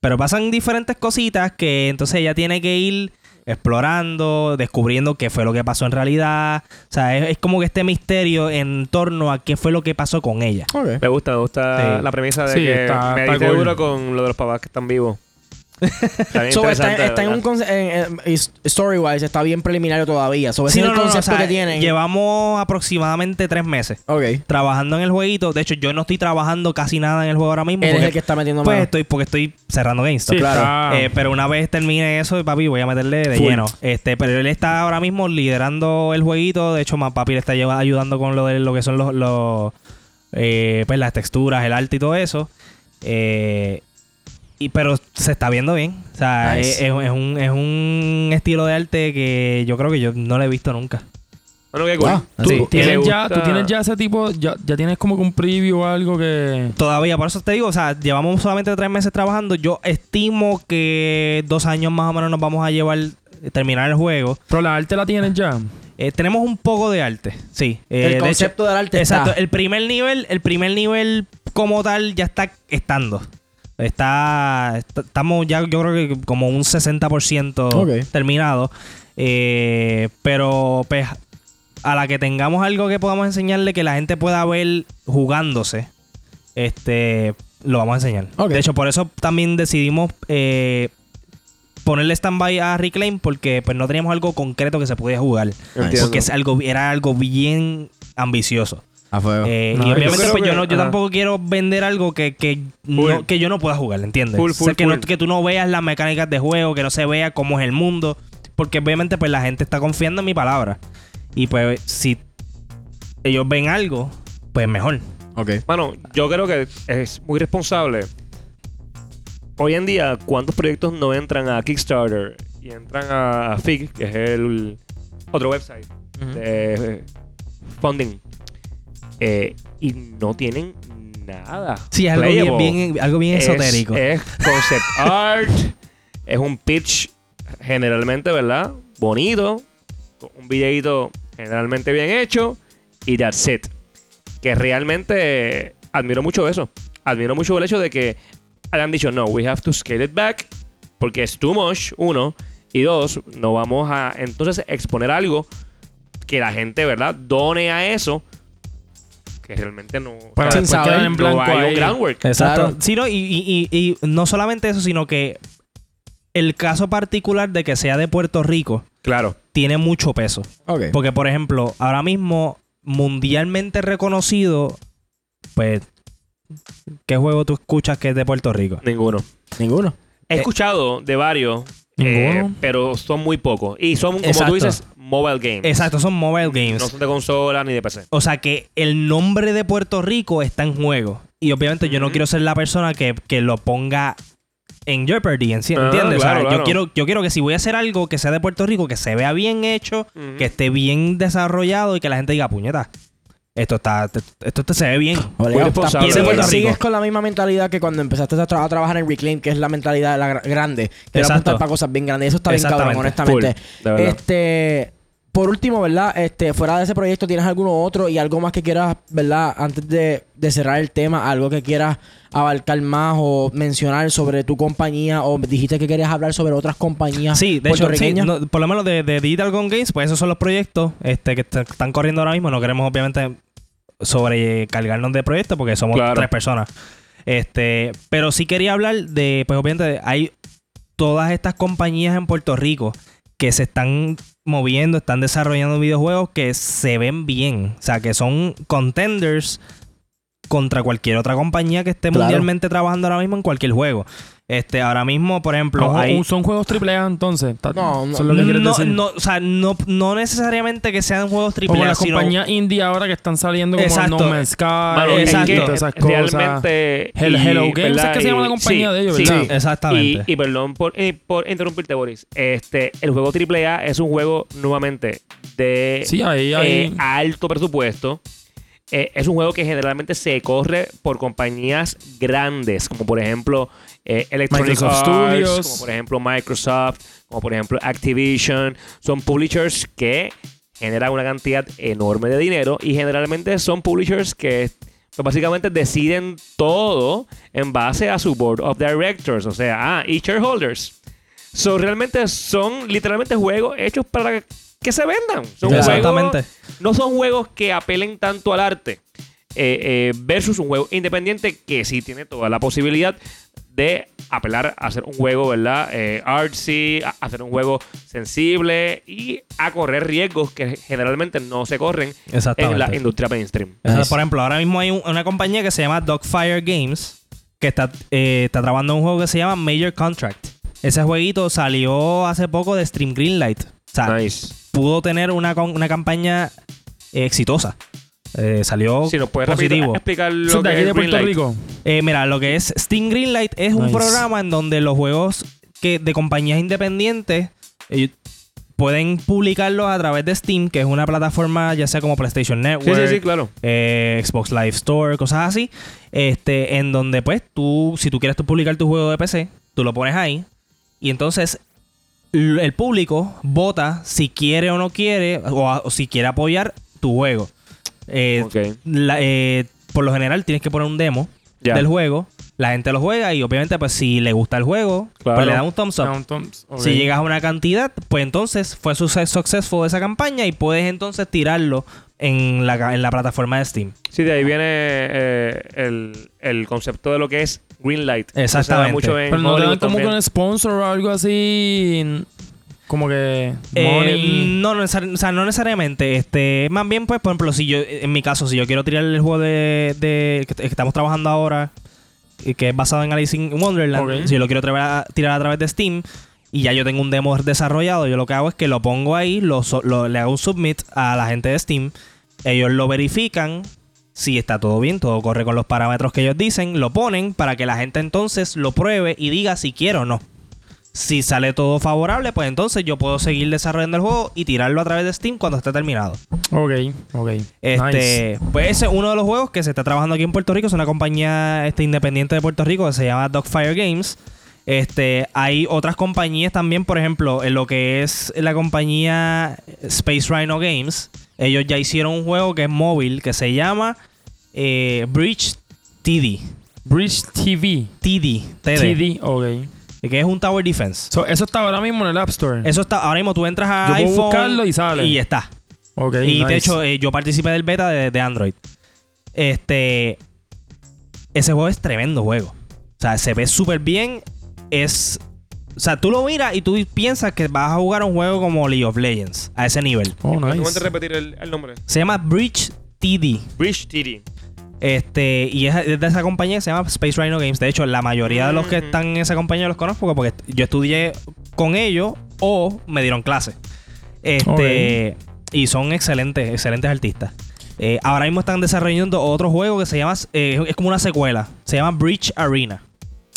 Speaker 3: Pero pasan diferentes cositas que entonces ella tiene que ir explorando, descubriendo qué fue lo que pasó en realidad. O sea, es, es como que este misterio en torno a qué fue lo que pasó con ella.
Speaker 2: Ok.
Speaker 5: Me gusta, me gusta
Speaker 3: Sí.
Speaker 5: la premisa de
Speaker 4: Sí,
Speaker 5: que
Speaker 4: está-
Speaker 5: me
Speaker 4: está
Speaker 5: diste
Speaker 4: cool.
Speaker 5: duro con lo de los papás que están vivos. Está bien
Speaker 2: So, está,
Speaker 5: interesante,
Speaker 2: está en
Speaker 5: ¿verdad?
Speaker 2: un conce- en- en- is- story wise está bien preliminario todavía. So, ese
Speaker 3: Sí,
Speaker 2: Pues es el
Speaker 3: no, no, no, o
Speaker 2: concepto
Speaker 3: sea,
Speaker 2: que ¿eh? tienen.
Speaker 3: Llevamos aproximadamente tres meses
Speaker 2: ok.
Speaker 3: trabajando en el jueguito. De hecho, yo no estoy trabajando casi nada en el juego ahora mismo.
Speaker 2: Él es
Speaker 3: porque-
Speaker 2: el que está metiendo
Speaker 3: Pues
Speaker 2: mano.
Speaker 3: estoy, porque estoy cerrando GameStop.
Speaker 4: Sí,
Speaker 2: Claro.
Speaker 4: está-
Speaker 3: Eh, pero una vez termine eso, papi, voy a meterle de
Speaker 2: Full.
Speaker 3: lleno. Este, pero él está ahora mismo liderando el jueguito. De hecho, más papi le está lleva- ayudando con lo de lo que son los, los, eh, pues las texturas, el arte y todo eso. Eh, y, pero se está viendo bien. O sea,
Speaker 2: Nice.
Speaker 3: es, es un, es un estilo de arte que yo creo que yo no lo he visto nunca.
Speaker 5: Bueno, qué cool.
Speaker 2: Ah,
Speaker 5: Tú-
Speaker 2: así.
Speaker 5: ¿qué le
Speaker 4: ¿Tienes ya,
Speaker 5: gusta?
Speaker 4: tú tienes ya ese tipo, ya, ya tienes como que un preview o algo que...
Speaker 3: Todavía, por eso te digo, o sea, llevamos solamente tres meses trabajando. Yo estimo que dos años más o menos nos vamos a llevar eh, terminar el juego.
Speaker 4: Pero la arte la tienes ya.
Speaker 3: Eh, tenemos un poco de arte, sí. Eh, de
Speaker 2: el
Speaker 3: hecho-
Speaker 2: concepto del arte
Speaker 3: Exacto,
Speaker 2: está.
Speaker 3: el primer nivel, el primer nivel como tal ya está estando. Está, est- estamos ya yo creo que como un 60%
Speaker 2: Ok.
Speaker 3: terminado. Eh, pero pues a la que tengamos algo que podamos enseñarle que la gente pueda ver jugándose, este lo vamos a enseñar.
Speaker 2: Ok.
Speaker 3: De hecho, por eso también decidimos eh, ponerle stand-by a Reclaim porque pues no teníamos algo concreto que se pudiera jugar.
Speaker 5: Ah, Entiendo.
Speaker 3: Porque es algo, era algo bien ambicioso.
Speaker 2: A fuego.
Speaker 3: Eh,
Speaker 4: No,
Speaker 3: y
Speaker 4: yo
Speaker 3: obviamente,
Speaker 5: creo
Speaker 3: pues yo,
Speaker 5: que-
Speaker 3: no, yo
Speaker 5: ajá.
Speaker 3: tampoco quiero vender algo que, que, no,
Speaker 5: Full.
Speaker 3: que yo no pueda jugar, ¿entiendes?
Speaker 5: Full,
Speaker 3: O sea,
Speaker 5: full,
Speaker 3: que, No,
Speaker 5: full.
Speaker 3: que tú no veas las mecánicas de juego, que no se vea cómo es el mundo. Porque obviamente, pues la gente está confiando en mi palabra. Y pues, si ellos ven algo, pues mejor.
Speaker 2: ok.
Speaker 5: Mano, yo creo que es muy responsable. Hoy en día, ¿cuántos proyectos no entran a Kickstarter y entran a a FIG, que es el otro website de eh, funding? Eh, y no tienen nada.
Speaker 3: Sí, es algo bien,
Speaker 5: playable.
Speaker 3: bien- algo bien
Speaker 5: Es- eh,
Speaker 3: esotérico.
Speaker 5: Es concept art, es un pitch generalmente, ¿verdad? Bonito, con un videito generalmente bien hecho y that's it. Que realmente admiro mucho eso. Admiro mucho el hecho de que hayan dicho, no, we have to scale it back porque es too much, uno. Y dos, no vamos a entonces exponer algo que la gente, ¿verdad? Done a eso que realmente no...
Speaker 4: Para
Speaker 2: Sin
Speaker 4: después
Speaker 2: saber,
Speaker 4: quedar en
Speaker 5: no
Speaker 4: blanco
Speaker 5: hay un
Speaker 4: ahí.
Speaker 5: groundwork.
Speaker 3: Exacto.
Speaker 2: Claro.
Speaker 3: Sí, no, y, y- y- y no solamente eso, sino que el caso particular de que sea de Puerto Rico
Speaker 5: Claro.
Speaker 3: tiene mucho peso.
Speaker 2: Ok.
Speaker 3: Porque, por ejemplo, ahora mismo, mundialmente reconocido, pues, ¿qué juego tú escuchas que es de Puerto Rico?
Speaker 5: Ninguno.
Speaker 2: Ninguno.
Speaker 5: He escuchado de varios,
Speaker 4: Eh, Ninguno.
Speaker 5: eh, pero son muy pocos. Y son, como
Speaker 3: Exacto.
Speaker 5: tú dices, mobile games.
Speaker 3: Exacto, son mobile games.
Speaker 5: No son de consola ni de PC.
Speaker 3: O sea que el nombre de Puerto Rico está en juego. Y obviamente yo no
Speaker 5: Ujú.
Speaker 3: quiero ser la persona que, que lo ponga en Jeopardy, ¿enci-
Speaker 5: Ah,
Speaker 3: ¿entiendes? O sea,
Speaker 5: claro,
Speaker 3: Yo,
Speaker 5: claro.
Speaker 3: quiero, yo quiero que si voy a hacer algo que sea de Puerto Rico, que se vea bien hecho, que esté bien desarrollado y que la gente diga, puñeta, Esto está, esto, esto se ve bien.
Speaker 5: Muy
Speaker 2: Olegado, estás
Speaker 5: responsable,
Speaker 2: bien,
Speaker 3: Puerto Rico.
Speaker 2: sigues con la misma mentalidad que cuando empezaste a, tra- a trabajar en Reclaim, que es la mentalidad de la gra- grande, que era
Speaker 3: Exacto.
Speaker 2: apuntar para cosas bien grandes. Eso está bien cabrón,
Speaker 3: Exactamente.
Speaker 2: honestamente.
Speaker 5: Full, de
Speaker 4: Eh,
Speaker 5: verdad.
Speaker 2: este, por último, ¿verdad? Este, fuera de ese proyecto, ¿tienes alguno otro y algo más que quieras, ¿verdad? Antes de, de cerrar el tema, algo que quieras abarcar más o mencionar sobre tu compañía o dijiste que querías hablar sobre otras compañías
Speaker 3: Sí, de hecho, sí,
Speaker 2: puertorriqueñas?
Speaker 3: no, por lo menos de, de Digital Gun Games, pues esos son los proyectos este, que est- están corriendo ahora mismo. No queremos, obviamente, sobrecargarnos de proyectos porque somos
Speaker 5: Claro.
Speaker 3: tres personas. Este, pero sí quería hablar de, pues obviamente, de- hay todas estas compañías en Puerto Rico que se están moviendo, están desarrollando videojuegos que se ven bien. O sea, que son contenders contra cualquier otra compañía que esté
Speaker 2: Claro.
Speaker 3: mundialmente trabajando ahora mismo en cualquier juego. Este, ahora mismo, por ejemplo,
Speaker 4: Ojo,
Speaker 3: hay...
Speaker 4: Son juegos triple A entonces. Ta-
Speaker 2: No, no.
Speaker 4: Son lo que quieres
Speaker 3: no,
Speaker 4: decir.
Speaker 3: no, o sea, no, no necesariamente que sean juegos
Speaker 4: Como
Speaker 3: triple A,
Speaker 4: las
Speaker 3: sino-
Speaker 4: compañías indie ahora que están saliendo como
Speaker 3: Exacto.
Speaker 4: No Man's Sky,
Speaker 5: Mano,
Speaker 3: Eh,
Speaker 5: es
Speaker 3: exacto.
Speaker 5: que
Speaker 4: ah, todas esas cosas.
Speaker 5: Realmente.
Speaker 4: Hello- Hello Games es que se llama la compañía de ellos, ¿verdad?
Speaker 5: sí.
Speaker 3: Exactamente.
Speaker 5: Y, y perdón por, eh, por interrumpirte, Boris. Este, el juego AAA es un juego, nuevamente, de
Speaker 4: Sí, ahí hay.
Speaker 5: eh, alto presupuesto. Eh, es un juego que generalmente se corre por compañías grandes, como por ejemplo eh, Electronic
Speaker 4: Microsoft
Speaker 5: Arts,
Speaker 4: Studios.
Speaker 5: como por ejemplo Microsoft, como por ejemplo Activision. Son publishers que generan una cantidad enorme de dinero y generalmente son publishers que pues, básicamente deciden todo en base a su board of directors, o sea, ah, y shareholders. So, realmente son literalmente juegos hechos para que se vendan. Son
Speaker 3: Exactamente.
Speaker 5: juegos- no son juegos que apelen tanto al arte. eh, eh, versus un juego independiente que sí tiene toda la posibilidad de apelar a hacer un juego, ¿verdad? Eh, artsy, a hacer un juego sensible y a correr riesgos que generalmente no se corren en la
Speaker 3: Exactamente.
Speaker 5: industria mainstream.
Speaker 3: O sea, por ejemplo, ahora mismo hay un- una compañía que se llama Dogfire Games que está, eh, está trabajando un juego que se llama Major Contract. Ese jueguito salió hace poco de Stream Greenlight. O sea,
Speaker 5: Nice.
Speaker 3: pudo tener una, con- una campaña eh, exitosa. Eh, salió
Speaker 5: Si nos puedes repetir,
Speaker 3: positivo.
Speaker 5: explicar lo
Speaker 4: Son
Speaker 5: que
Speaker 4: de Oh, aquí
Speaker 5: es
Speaker 4: de Puerto
Speaker 5: Greenlight.
Speaker 4: Rico.
Speaker 3: Eh, mira, lo que es Steam Greenlight es un
Speaker 4: Nice.
Speaker 3: programa en donde los juegos que de compañías independientes ellos pueden publicarlos a través de Steam, que es una plataforma ya sea como PlayStation
Speaker 5: Sí,
Speaker 3: Network,
Speaker 5: sí, sí, claro.
Speaker 3: eh, Xbox Live Store, cosas así, este, en donde pues tú, si tú quieres tú publicar tu juego de PC, tú lo pones ahí y entonces l- el público vota si quiere o no quiere o, a- o si quiere apoyar tu juego. Eh,
Speaker 5: Ok.
Speaker 3: la- eh, por lo general tienes que poner un demo
Speaker 5: Ya.
Speaker 3: del juego, la gente lo juega y obviamente pues si le gusta el juego,
Speaker 5: Claro.
Speaker 3: pues le da un thumbs up.
Speaker 4: Down Thumbs, ok.
Speaker 3: Si llegas a una cantidad, pues entonces fue suce- successful esa campaña y puedes entonces tirarlo en la, ca- en la plataforma de Steam.
Speaker 5: Sí, de ahí viene eh, el, el concepto de lo que es green light. Que se da
Speaker 3: Exactamente.
Speaker 5: mucho en
Speaker 4: Pero no te
Speaker 5: Hollywood
Speaker 4: dan como
Speaker 5: también.
Speaker 4: con sponsor o algo así. n- Como que.
Speaker 3: Eh,
Speaker 4: Money.
Speaker 3: no, no, necesar- o sea, no necesariamente. Este, más bien, pues, por ejemplo, si yo, en mi caso, si yo quiero tirar el juego de, de- que, que estamos trabajando ahora, eh, que es basado en Alice in Wonderland,
Speaker 4: Ok.
Speaker 3: si yo lo quiero tra- tirar a través de Steam y ya yo tengo un demo desarrollado, yo lo que hago es que lo pongo ahí, lo, so- lo- le hago un submit a la gente de Steam, ellos lo verifican. Si está todo bien, todo corre con los parámetros que ellos dicen, lo ponen para que la gente entonces lo pruebe y diga si quiere o no. Si sale todo favorable, pues entonces yo puedo seguir desarrollando el juego y tirarlo a través de Steam cuando esté terminado.
Speaker 4: Ok, ok. Nice.
Speaker 3: mm. Este, pues ese es uno de los juegos que se está trabajando aquí en Puerto Rico, es una compañía este, independiente de Puerto Rico que se llama Dogfire Games. Este, hay otras compañías también, por ejemplo, en lo que es la compañía Space Rhino Games, ellos ya hicieron un juego que es móvil que se llama eh, Bridge TD.
Speaker 4: Bridge TV.
Speaker 3: TD, TD,
Speaker 4: TD, ok.
Speaker 3: que es un Tower Defense.
Speaker 4: So, eso está ahora mismo en el App Store.
Speaker 3: Eso está, ahora mismo tú entras a
Speaker 4: Yo puedo
Speaker 3: iPhone
Speaker 4: buscarlo y sale.
Speaker 3: y está.
Speaker 4: Ok,
Speaker 3: Y
Speaker 4: nice.
Speaker 3: de hecho, eh, yo participé del beta de, de Android. Este. Ese juego es tremendo juego. O sea, se ve súper bien. Es. O sea, tú lo miras y tú piensas que vas a jugar un juego como League of Legends a ese nivel.
Speaker 4: Oh,
Speaker 5: ¿Cómo te
Speaker 4: nice.
Speaker 5: repetir el, el nombre?
Speaker 3: Se llama Breach TD.
Speaker 5: Bridge TD.
Speaker 3: Este, y es es de esa compañía que se llama Space Rhino Games. De hecho, la mayoría de los que
Speaker 5: Ujú.
Speaker 3: están en esa compañía los conozco porque yo estudié con ellos o me dieron clases. Este, y son excelentes, excelentes artistas. Eh, ahora mismo están desarrollando otro juego que se llama, eh, es como una secuela, se llama Breach Arena,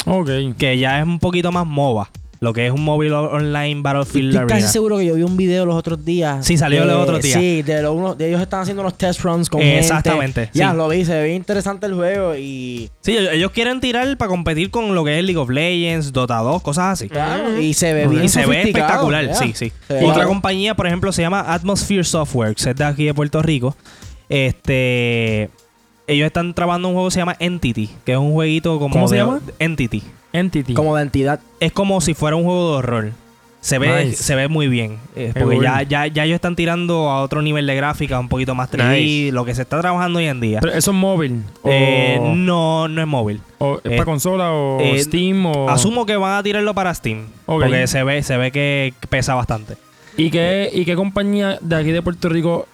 Speaker 4: Ok.
Speaker 3: que ya es un poquito más MOBA. Lo que es un móvil o- online Battlefield
Speaker 2: Estoy casi
Speaker 3: Arena.
Speaker 2: seguro que yo vi un video los otros días.
Speaker 3: Sí, salió
Speaker 2: de-
Speaker 3: los otros días.
Speaker 2: Sí, de, lo- uno- de ellos están haciendo unos test runs con
Speaker 3: Exactamente,
Speaker 2: gente. Ya,
Speaker 3: sí.
Speaker 2: lo vi, se ve interesante el juego y...
Speaker 3: Sí, ellos quieren tirar para competir con lo que es League of Legends, Dota 2, cosas así.
Speaker 2: claro, y se ve bien
Speaker 3: Y se ve
Speaker 2: sofisticado,
Speaker 3: espectacular,
Speaker 2: ya.
Speaker 3: sí, sí.
Speaker 2: Se ve-
Speaker 3: Otra compañía, por ejemplo, se llama Atmosphere Software, que es de aquí de Puerto Rico. Este. Ellos están trabajando un juego que se llama Entity, que es un jueguito como.
Speaker 4: ¿Cómo se
Speaker 3: de-
Speaker 4: llama?
Speaker 3: Entity.
Speaker 4: Entity.
Speaker 2: Como de entidad.
Speaker 3: Es como si fuera un juego de horror. Se ve,
Speaker 4: Nice.
Speaker 3: se ve muy bien. eh,
Speaker 4: Qué
Speaker 3: porque
Speaker 4: cool.
Speaker 3: ya, ya, ya ellos están tirando a otro nivel de gráfica, un poquito más 3D,
Speaker 5: Nice.
Speaker 3: lo que se está trabajando hoy en día.
Speaker 4: Pero oh. eso es móvil. O,
Speaker 3: Eh, no, no es móvil.
Speaker 4: o es para
Speaker 3: eh,
Speaker 4: consola o
Speaker 3: eh,
Speaker 4: Steam o.
Speaker 3: Asumo que van a tirarlo para Steam.
Speaker 4: Oh. Ok.
Speaker 3: Porque se ve, se ve que pesa bastante.
Speaker 4: ¿Y qué, ¿Y qué compañía de aquí de Puerto Rico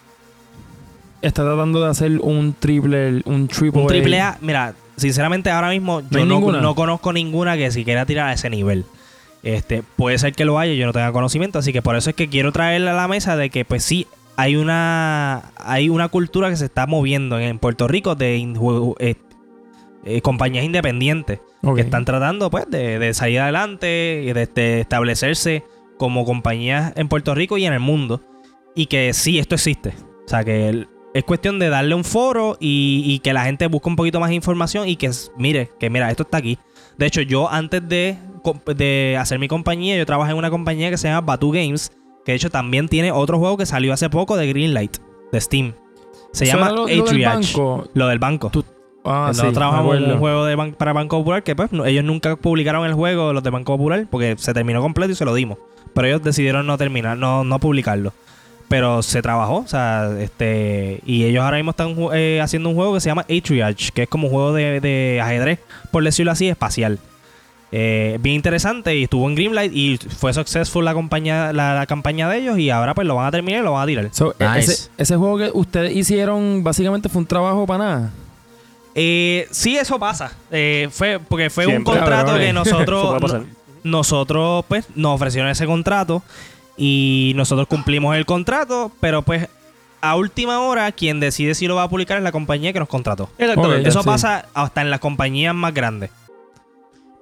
Speaker 4: está tratando de hacer un triple un triple,
Speaker 3: Un triple A, mira, sinceramente ahora mismo yo
Speaker 4: hay
Speaker 3: no,
Speaker 4: ninguna?
Speaker 3: no conozco ninguna que siquiera tirar a ese nivel. Este, puede ser que lo haya, yo no tenga conocimiento, así que por eso es que quiero traerle a la mesa de que pues sí hay una hay una cultura que se está moviendo en Puerto Rico de in- jue- eh, eh, compañías independientes
Speaker 4: Ok.
Speaker 3: que están tratando pues de, de salir adelante y de, de establecerse como compañías en Puerto Rico y en el mundo y que sí esto existe o sea que el- es cuestión de darle un foro y, y que la gente busque un poquito más información y que s- mire que mira esto está aquí de hecho yo antes de, co- de hacer mi compañía yo trabajé en una compañía que se llama Batu Games que de hecho también tiene otro juego que salió hace poco de Greenlight de Steam se
Speaker 4: Eso
Speaker 3: llama
Speaker 4: era lo- lo del
Speaker 3: H
Speaker 4: banco.
Speaker 3: lo del banco
Speaker 4: Tú- Ah, sí,
Speaker 3: nosotros trabajamos
Speaker 4: me
Speaker 3: en
Speaker 4: acuerdo.
Speaker 3: un juego de ban- para Banco Popular que pues no- ellos nunca publicaron el juego los de Banco Popular porque se terminó completo y se lo dimos. Pero ellos decidieron no terminar, no, no publicarlo. Pero se trabajó, o sea, este... Y ellos ahora mismo están ju- eh, haciendo un juego que se llama Atriage, que es como un juego de, de ajedrez, por decirlo así, espacial. Eh, bien interesante y estuvo en Greenlight y fue successful la, compañía, la, la campaña de ellos y ahora pues lo van a terminar y lo van a tirar.
Speaker 4: So, e-
Speaker 2: Nice.
Speaker 4: ese, ese juego que ustedes hicieron básicamente fue un trabajo para nada.
Speaker 3: Eh, sí, eso pasa. Eh, fue porque fue
Speaker 5: Siempre,
Speaker 3: un contrato
Speaker 4: cabrones.
Speaker 3: que
Speaker 5: Eso puede
Speaker 3: nosotros
Speaker 5: pasar.
Speaker 3: no- nosotros pues nos ofrecieron ese contrato y nosotros cumplimos el contrato, pero pues a última hora quien decide si lo va a publicar es la compañía que nos contrató.
Speaker 5: Exactamente.
Speaker 4: Ok.
Speaker 3: Eso
Speaker 4: sí.
Speaker 3: pasa hasta en las compañías más grandes.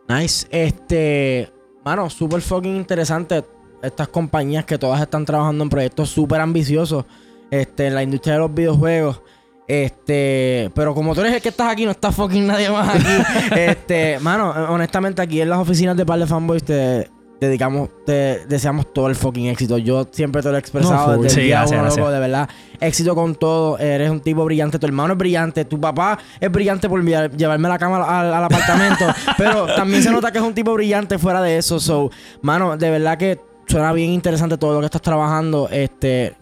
Speaker 2: Nice. Este, mano, súper fucking interesante. Estas compañías que todas están trabajando en proyectos súper ambiciosos este, en la industria de los videojuegos. Este, pero como tú eres el que estás aquí, no está fucking nadie más aquí. este, mano, eh, honestamente, aquí en las oficinas de Par de Fanboys te dedicamos, te deseamos todo el fucking éxito. Yo siempre te lo he
Speaker 4: No,
Speaker 2: expresado
Speaker 4: full.
Speaker 2: desde el
Speaker 3: Sí,
Speaker 2: día
Speaker 3: gracias,
Speaker 2: uno, loco,
Speaker 3: gracias.
Speaker 2: de verdad. Éxito con todo. Eres un tipo brillante. Tu hermano es brillante. Tu papá es brillante por enviar- llevarme la cámara al, al apartamento. pero también se nota que es un tipo brillante fuera de eso. So, mano, de verdad que suena bien interesante todo lo que estás trabajando. Este,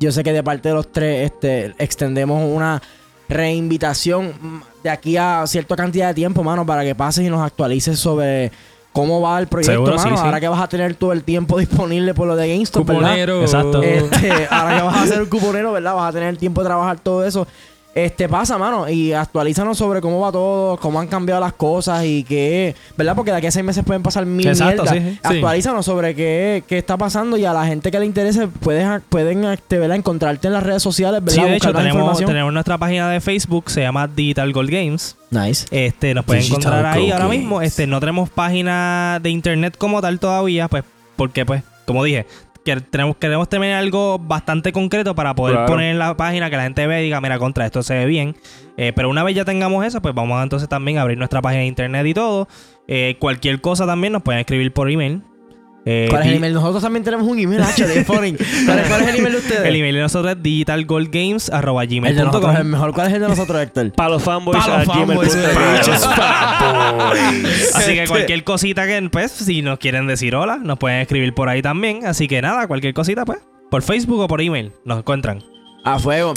Speaker 2: yo sé que de parte de los tres, este, extendemos una reinvitación mm, de aquí a cierta cantidad de tiempo, mano, para que pases y nos actualices sobre cómo va el proyecto,
Speaker 3: Seguro, sí,
Speaker 2: mano.
Speaker 3: sí.
Speaker 2: Ahora que vas a tener todo el tiempo disponible por lo de GameStop, ¿verdad?
Speaker 4: Cuponero. Eh,
Speaker 3: Exacto.
Speaker 2: Este, ahora que vas a ser un cuponero, ¿verdad? Vas a tener el tiempo de trabajar todo eso. Este, pasa, mano, y actualízanos sobre cómo va todo, cómo han cambiado las cosas y qué, ¿verdad? Porque de aquí a seis meses pueden pasar mil
Speaker 3: Exacto,
Speaker 2: mierdas.
Speaker 3: sí, sí.
Speaker 2: Actualízanos sobre qué, qué está pasando y a la gente que le interese puedes, pueden este, ¿verdad? encontrarte en las redes sociales, ¿verdad?
Speaker 3: Sí, de hecho
Speaker 2: Buscar más
Speaker 3: tenemos,
Speaker 2: información.
Speaker 3: tenemos nuestra página de Facebook, se llama Digital Gold Games.
Speaker 2: Nice.
Speaker 3: Este, nos pueden
Speaker 2: Digital
Speaker 3: encontrar ahí
Speaker 2: Go
Speaker 3: ahora
Speaker 2: Games.
Speaker 3: mismo. Este, no tenemos página de internet como tal todavía, pues, porque, pues, como dije, que tenemos, queremos tener algo bastante concreto para poder
Speaker 5: Claro.
Speaker 3: poner en la página que la gente vea y diga, mira, contra esto se ve bien. Eh, pero una vez ya tengamos eso, pues vamos a entonces también a abrir nuestra página de internet y todo. Eh, cualquier cosa también nos pueden escribir por email. Eh,
Speaker 2: ¿Cuál es el
Speaker 3: di-
Speaker 2: email? Nosotros también tenemos un email HD, Foreign. ¿Cuál, es- cuál es el email de ustedes?
Speaker 3: El email de nosotros es
Speaker 2: El
Speaker 3: digitalgoldgames.gmail.com.
Speaker 2: de nosotros es el mejor. ¿Cuál es el de nosotros, Héctor?
Speaker 5: Para los fanboys. eh,
Speaker 3: Para
Speaker 5: a
Speaker 3: los fanboys,
Speaker 5: gmail.com.
Speaker 3: bichos Así que
Speaker 2: Este-
Speaker 3: cualquier cosita que, pues, si nos quieren decir hola, nos pueden escribir por ahí también. Así que nada, cualquier cosita, pues, por Facebook o por email, nos encuentran.
Speaker 2: A fuego.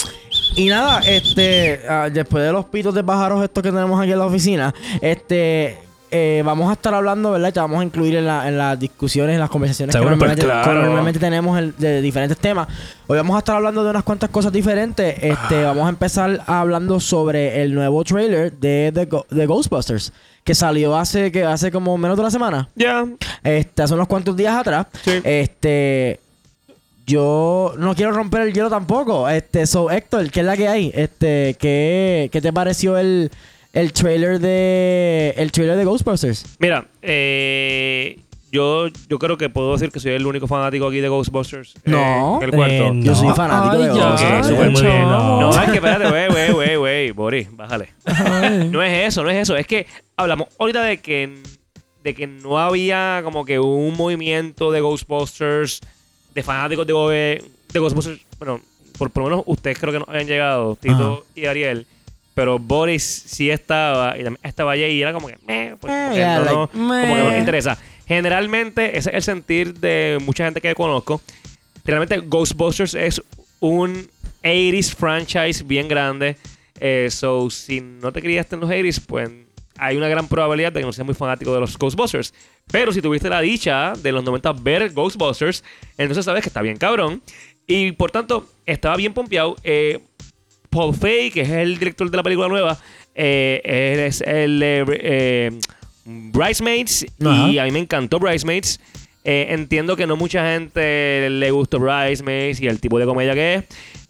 Speaker 2: Y nada, este, ah, después de los pitos de pájaros estos que tenemos aquí en la oficina, este, eh, vamos a estar hablando, ¿verdad? Te vamos a incluir en, la- en las discusiones, en las conversaciones que
Speaker 3: Seguro, pues,
Speaker 2: normalmente,
Speaker 5: claro.
Speaker 2: que normalmente tenemos el- de diferentes temas. Hoy vamos a estar hablando de unas cuantas cosas diferentes.
Speaker 3: Ah.
Speaker 2: Este, vamos a empezar hablando sobre el nuevo trailer de, The Go- de Ghostbusters que salió hace que hace como menos de una semana.
Speaker 5: Ya.
Speaker 2: Este, hace unos cuantos días atrás.
Speaker 5: Sí.
Speaker 2: Este. Yo no quiero romper el hielo tampoco. Este, so Héctor, ¿qué es la que hay? Este, ¿qué, qué te pareció el, el trailer de. El trailer de Ghostbusters?
Speaker 5: Mira, eh, yo, yo creo que puedo decir que soy el único fanático aquí de Ghostbusters. eh,
Speaker 4: No,
Speaker 5: en el cuarto.
Speaker 3: eh,
Speaker 2: Yo
Speaker 3: No.
Speaker 2: soy fanático
Speaker 4: Ay,
Speaker 2: de
Speaker 4: ya,
Speaker 2: Ozzy.
Speaker 5: Ok, súper muy bien.
Speaker 4: chavo.
Speaker 5: No, es que espérate, wey, wey, wey, wey, Boris, bájale.
Speaker 4: Ay.
Speaker 5: No es eso, no es eso. Es que hablamos ahorita de que, de que no había como que un movimiento de Ghostbusters, de fanáticos de, Go- de Ghostbusters. Bueno, por, por lo menos ustedes creo que no habían llegado, Tito y Ariel. Pero Boris sí estaba, y también estaba Jay, y era como que, meh, pues, como
Speaker 2: Eh,
Speaker 5: que
Speaker 2: yeah,
Speaker 5: no,
Speaker 2: like,
Speaker 5: no, como que no nos
Speaker 4: meh.
Speaker 5: interesa. Generalmente, ese es el sentir de mucha gente que conozco. Realmente Ghostbusters es un 80s franchise bien grande. Eh, so, si no te criaste en los 80s, pues hay una gran probabilidad de que no seas muy fanático de los Ghostbusters. Pero si tuviste la dicha de los 90 ver Ghostbusters, entonces sabes que está bien cabrón. Y por tanto, estaba bien pompeado. Eh, Paul Feig, que es el director de la película nueva, eh, él es el eh, eh, Bridesmaids y
Speaker 4: Ajá.
Speaker 5: a mí me encantó Bridesmaids. Eh, entiendo que no mucha gente le gustó Bridesmaids y el tipo de comedia que es.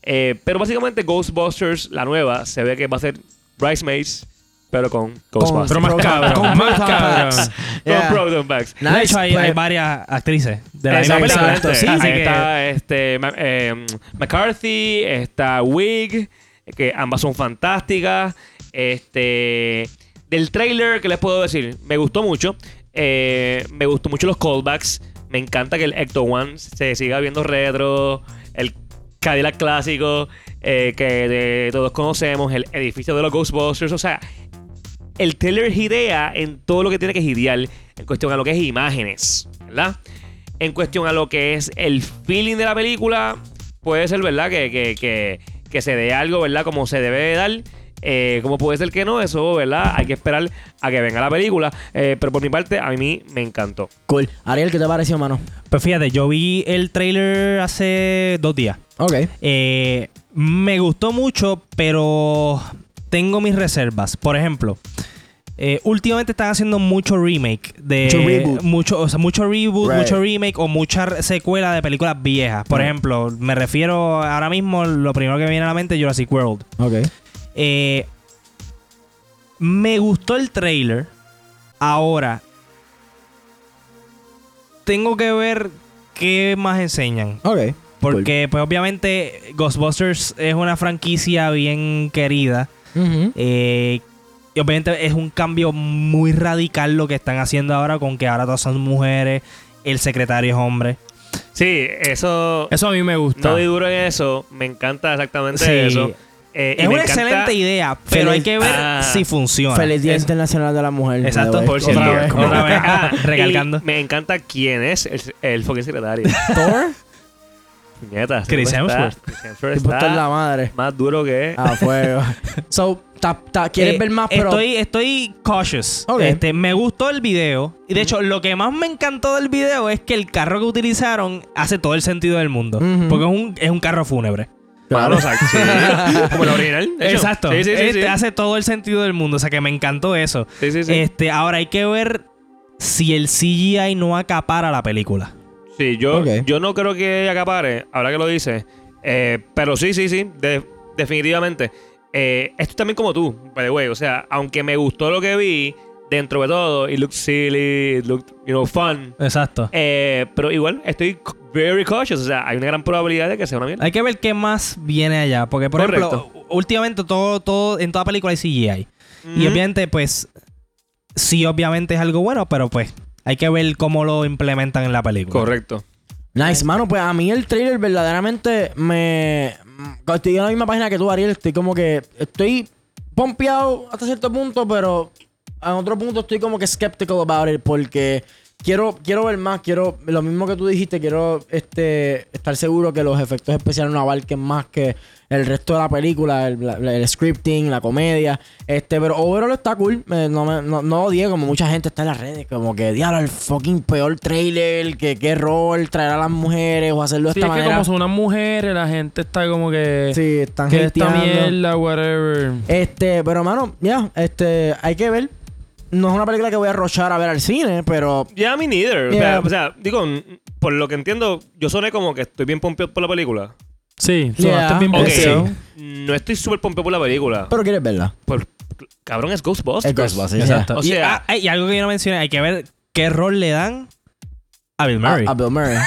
Speaker 5: Eh, pero básicamente Ghostbusters, la nueva, se ve que va a ser Bridesmaids, pero con Ghostbusters.
Speaker 4: Pero más cabrón, más cabrón.
Speaker 5: Con
Speaker 2: Yeah.
Speaker 5: Proton Bags.
Speaker 2: Nice,
Speaker 3: de hecho, hay,
Speaker 2: pues-
Speaker 3: hay varias actrices de la
Speaker 5: Esa
Speaker 3: misma
Speaker 5: película,
Speaker 2: exacto,
Speaker 3: película.
Speaker 5: gente.
Speaker 2: sí,
Speaker 5: Ahí
Speaker 3: sí que-
Speaker 5: está este, Ma- eh, McCarthy, está Wig, que ambas son fantásticas. Este, del trailer, ¿qué les puedo decir? Me gustó mucho. Eh, me gustó mucho los callbacks. Me encanta que el Ecto One se siga viendo retro. El Cadillac clásico eh, que de- todos conocemos. El edificio de los Ghostbusters. O sea, el trailer gidea en todo lo que tiene que gidear en cuestión a lo que es imágenes, ¿verdad? En cuestión a lo que es el feeling de la película, puede ser, ¿verdad? Que, que, que, que se dé algo, ¿verdad? Como se debe de dar. Eh, como puede ser que no, eso, ¿verdad? Hay que esperar a que venga la película. Eh, pero por mi parte, a mí me encantó.
Speaker 2: Cool. Ariel, ¿qué te pareció, mano?
Speaker 3: Pues fíjate, yo vi el trailer hace dos días.
Speaker 2: Ok.
Speaker 3: Eh, me gustó mucho, pero tengo mis reservas. Por ejemplo, eh, últimamente están haciendo mucho remake de
Speaker 2: Mucho reboot.
Speaker 3: mucho, o sea, mucho reboot,
Speaker 2: Right.
Speaker 3: mucho remake o mucha re- secuela de películas viejas. Por ejemplo, me refiero ahora mismo lo primero que me viene a la mente es Jurassic World.
Speaker 2: Ok.
Speaker 3: Eh, me gustó el trailer. Ahora tengo que ver qué más enseñan.
Speaker 2: Ok.
Speaker 3: Porque, pues, obviamente, Ghostbusters es una franquicia bien querida.
Speaker 2: Ujú.
Speaker 3: Eh, y obviamente es un cambio muy radical lo que están haciendo ahora con que ahora todas son mujeres, el secretario es hombre.
Speaker 5: Sí, eso.
Speaker 4: Eso a mí me gusta.
Speaker 5: no di duro en eso. Me encanta exactamente
Speaker 3: Sí.
Speaker 5: eso. Eh, y
Speaker 3: Es
Speaker 5: me
Speaker 3: una
Speaker 5: encanta-
Speaker 3: excelente idea,
Speaker 2: Feliz-
Speaker 3: pero hay que ver
Speaker 5: Ah.
Speaker 3: si funciona.
Speaker 2: Feliz Día
Speaker 3: Es-
Speaker 2: Internacional de la Mujer.
Speaker 3: Exacto, por
Speaker 2: cierto.
Speaker 5: cierto.
Speaker 4: Otra vez,
Speaker 5: Como-
Speaker 3: otra vez. Ah,
Speaker 5: Y
Speaker 3: recalcando.
Speaker 5: Me encanta quién es el, el fucking secretario.
Speaker 2: Thor.
Speaker 5: Puñetas,
Speaker 3: Chris
Speaker 5: tipo está-
Speaker 3: Hemsworth.
Speaker 5: Chris Hemsworth
Speaker 2: Tipo, está en la
Speaker 5: está
Speaker 2: madre.
Speaker 5: más duro que
Speaker 2: A fuego. so, ta- ta- ¿quieres
Speaker 3: Eh,
Speaker 2: ver más? Pero...
Speaker 3: Estoy, estoy cautious.
Speaker 2: Ok.
Speaker 3: Este, me gustó el video. Y de hecho, lo que más me encantó del video es que el carro que utilizaron hace todo el sentido del mundo.
Speaker 2: Ujú.
Speaker 3: Porque es un, es un carro fúnebre.
Speaker 5: Claro, exacto. sí. Como el original. de hecho.
Speaker 3: Exacto.
Speaker 5: Sí, sí, sí,
Speaker 3: Este
Speaker 5: sí.
Speaker 3: hace todo el sentido del mundo. O sea que me encantó eso.
Speaker 5: Sí, sí, sí.
Speaker 3: Este, ahora hay que ver si el CGI no acapara la película.
Speaker 5: Sí, yo,
Speaker 2: Ok.
Speaker 5: yo no creo que acapare, ahora que lo dices. Eh, pero sí, sí, sí, de- definitivamente. Eh, esto también como tú, by the way. O sea, aunque me gustó lo que vi, dentro de todo, it looked silly, it looked, you know, fun.
Speaker 3: Exacto.
Speaker 5: Eh, pero igual, estoy c- very cautious. O sea, hay una gran probabilidad de que sea una mierda.
Speaker 3: Hay que ver qué más viene allá. Porque, por
Speaker 5: Correcto.
Speaker 3: ejemplo, últimamente todo, todo, en toda película hay CGI. Y
Speaker 5: Ujú.
Speaker 3: obviamente, pues, sí, obviamente es algo bueno, pero pues hay que ver cómo lo implementan en la película.
Speaker 5: Correcto.
Speaker 2: Nice, mano. Pues a mí el trailer verdaderamente me. mm, Estoy en la misma página que tú, Ariel. Estoy como que. Estoy pompeado hasta cierto punto, pero a otro punto estoy como que skeptical about it porque quiero, quiero ver más. Quiero. Lo mismo que tú dijiste, quiero este, estar seguro que los efectos especiales no abarquen más que el resto de la película, el, la- la- el scripting, la comedia. Este, pero overall está cool. Eh, no, me, no, no odié como mucha gente está en las redes. Como que, diablo, el fucking peor trailer, que qué error traer a las mujeres o hacerlo de
Speaker 4: Sí, es
Speaker 2: esta
Speaker 4: que
Speaker 2: manera.
Speaker 4: como son unas mujeres, la gente está como que...
Speaker 2: Sí, están
Speaker 4: que esta
Speaker 2: hateando.
Speaker 4: mierda, whatever.
Speaker 2: Este, pero mano, ya, este, hay que ver. No es una película que voy a rochar a ver al cine, pero
Speaker 5: Ya, me neither.
Speaker 2: Yeah.
Speaker 5: O, sea, o sea, digo, mm, por lo que entiendo, yo soné como que estoy bien pompeado por la película.
Speaker 4: Sí,
Speaker 2: Yeah.
Speaker 4: sonaste bien
Speaker 5: Ok.
Speaker 4: pesado.
Speaker 5: No estoy súper pompeado por la película.
Speaker 2: pero quieres verla.
Speaker 5: Por- cabrón, es Ghostbusters.
Speaker 2: Es Ghostbusters.
Speaker 3: Exacto.
Speaker 5: O
Speaker 3: y,
Speaker 5: sea-
Speaker 3: ah, y algo que yo no mencioné, hay que ver qué rol le dan A Bill Murray.
Speaker 2: A, a Bill Murray.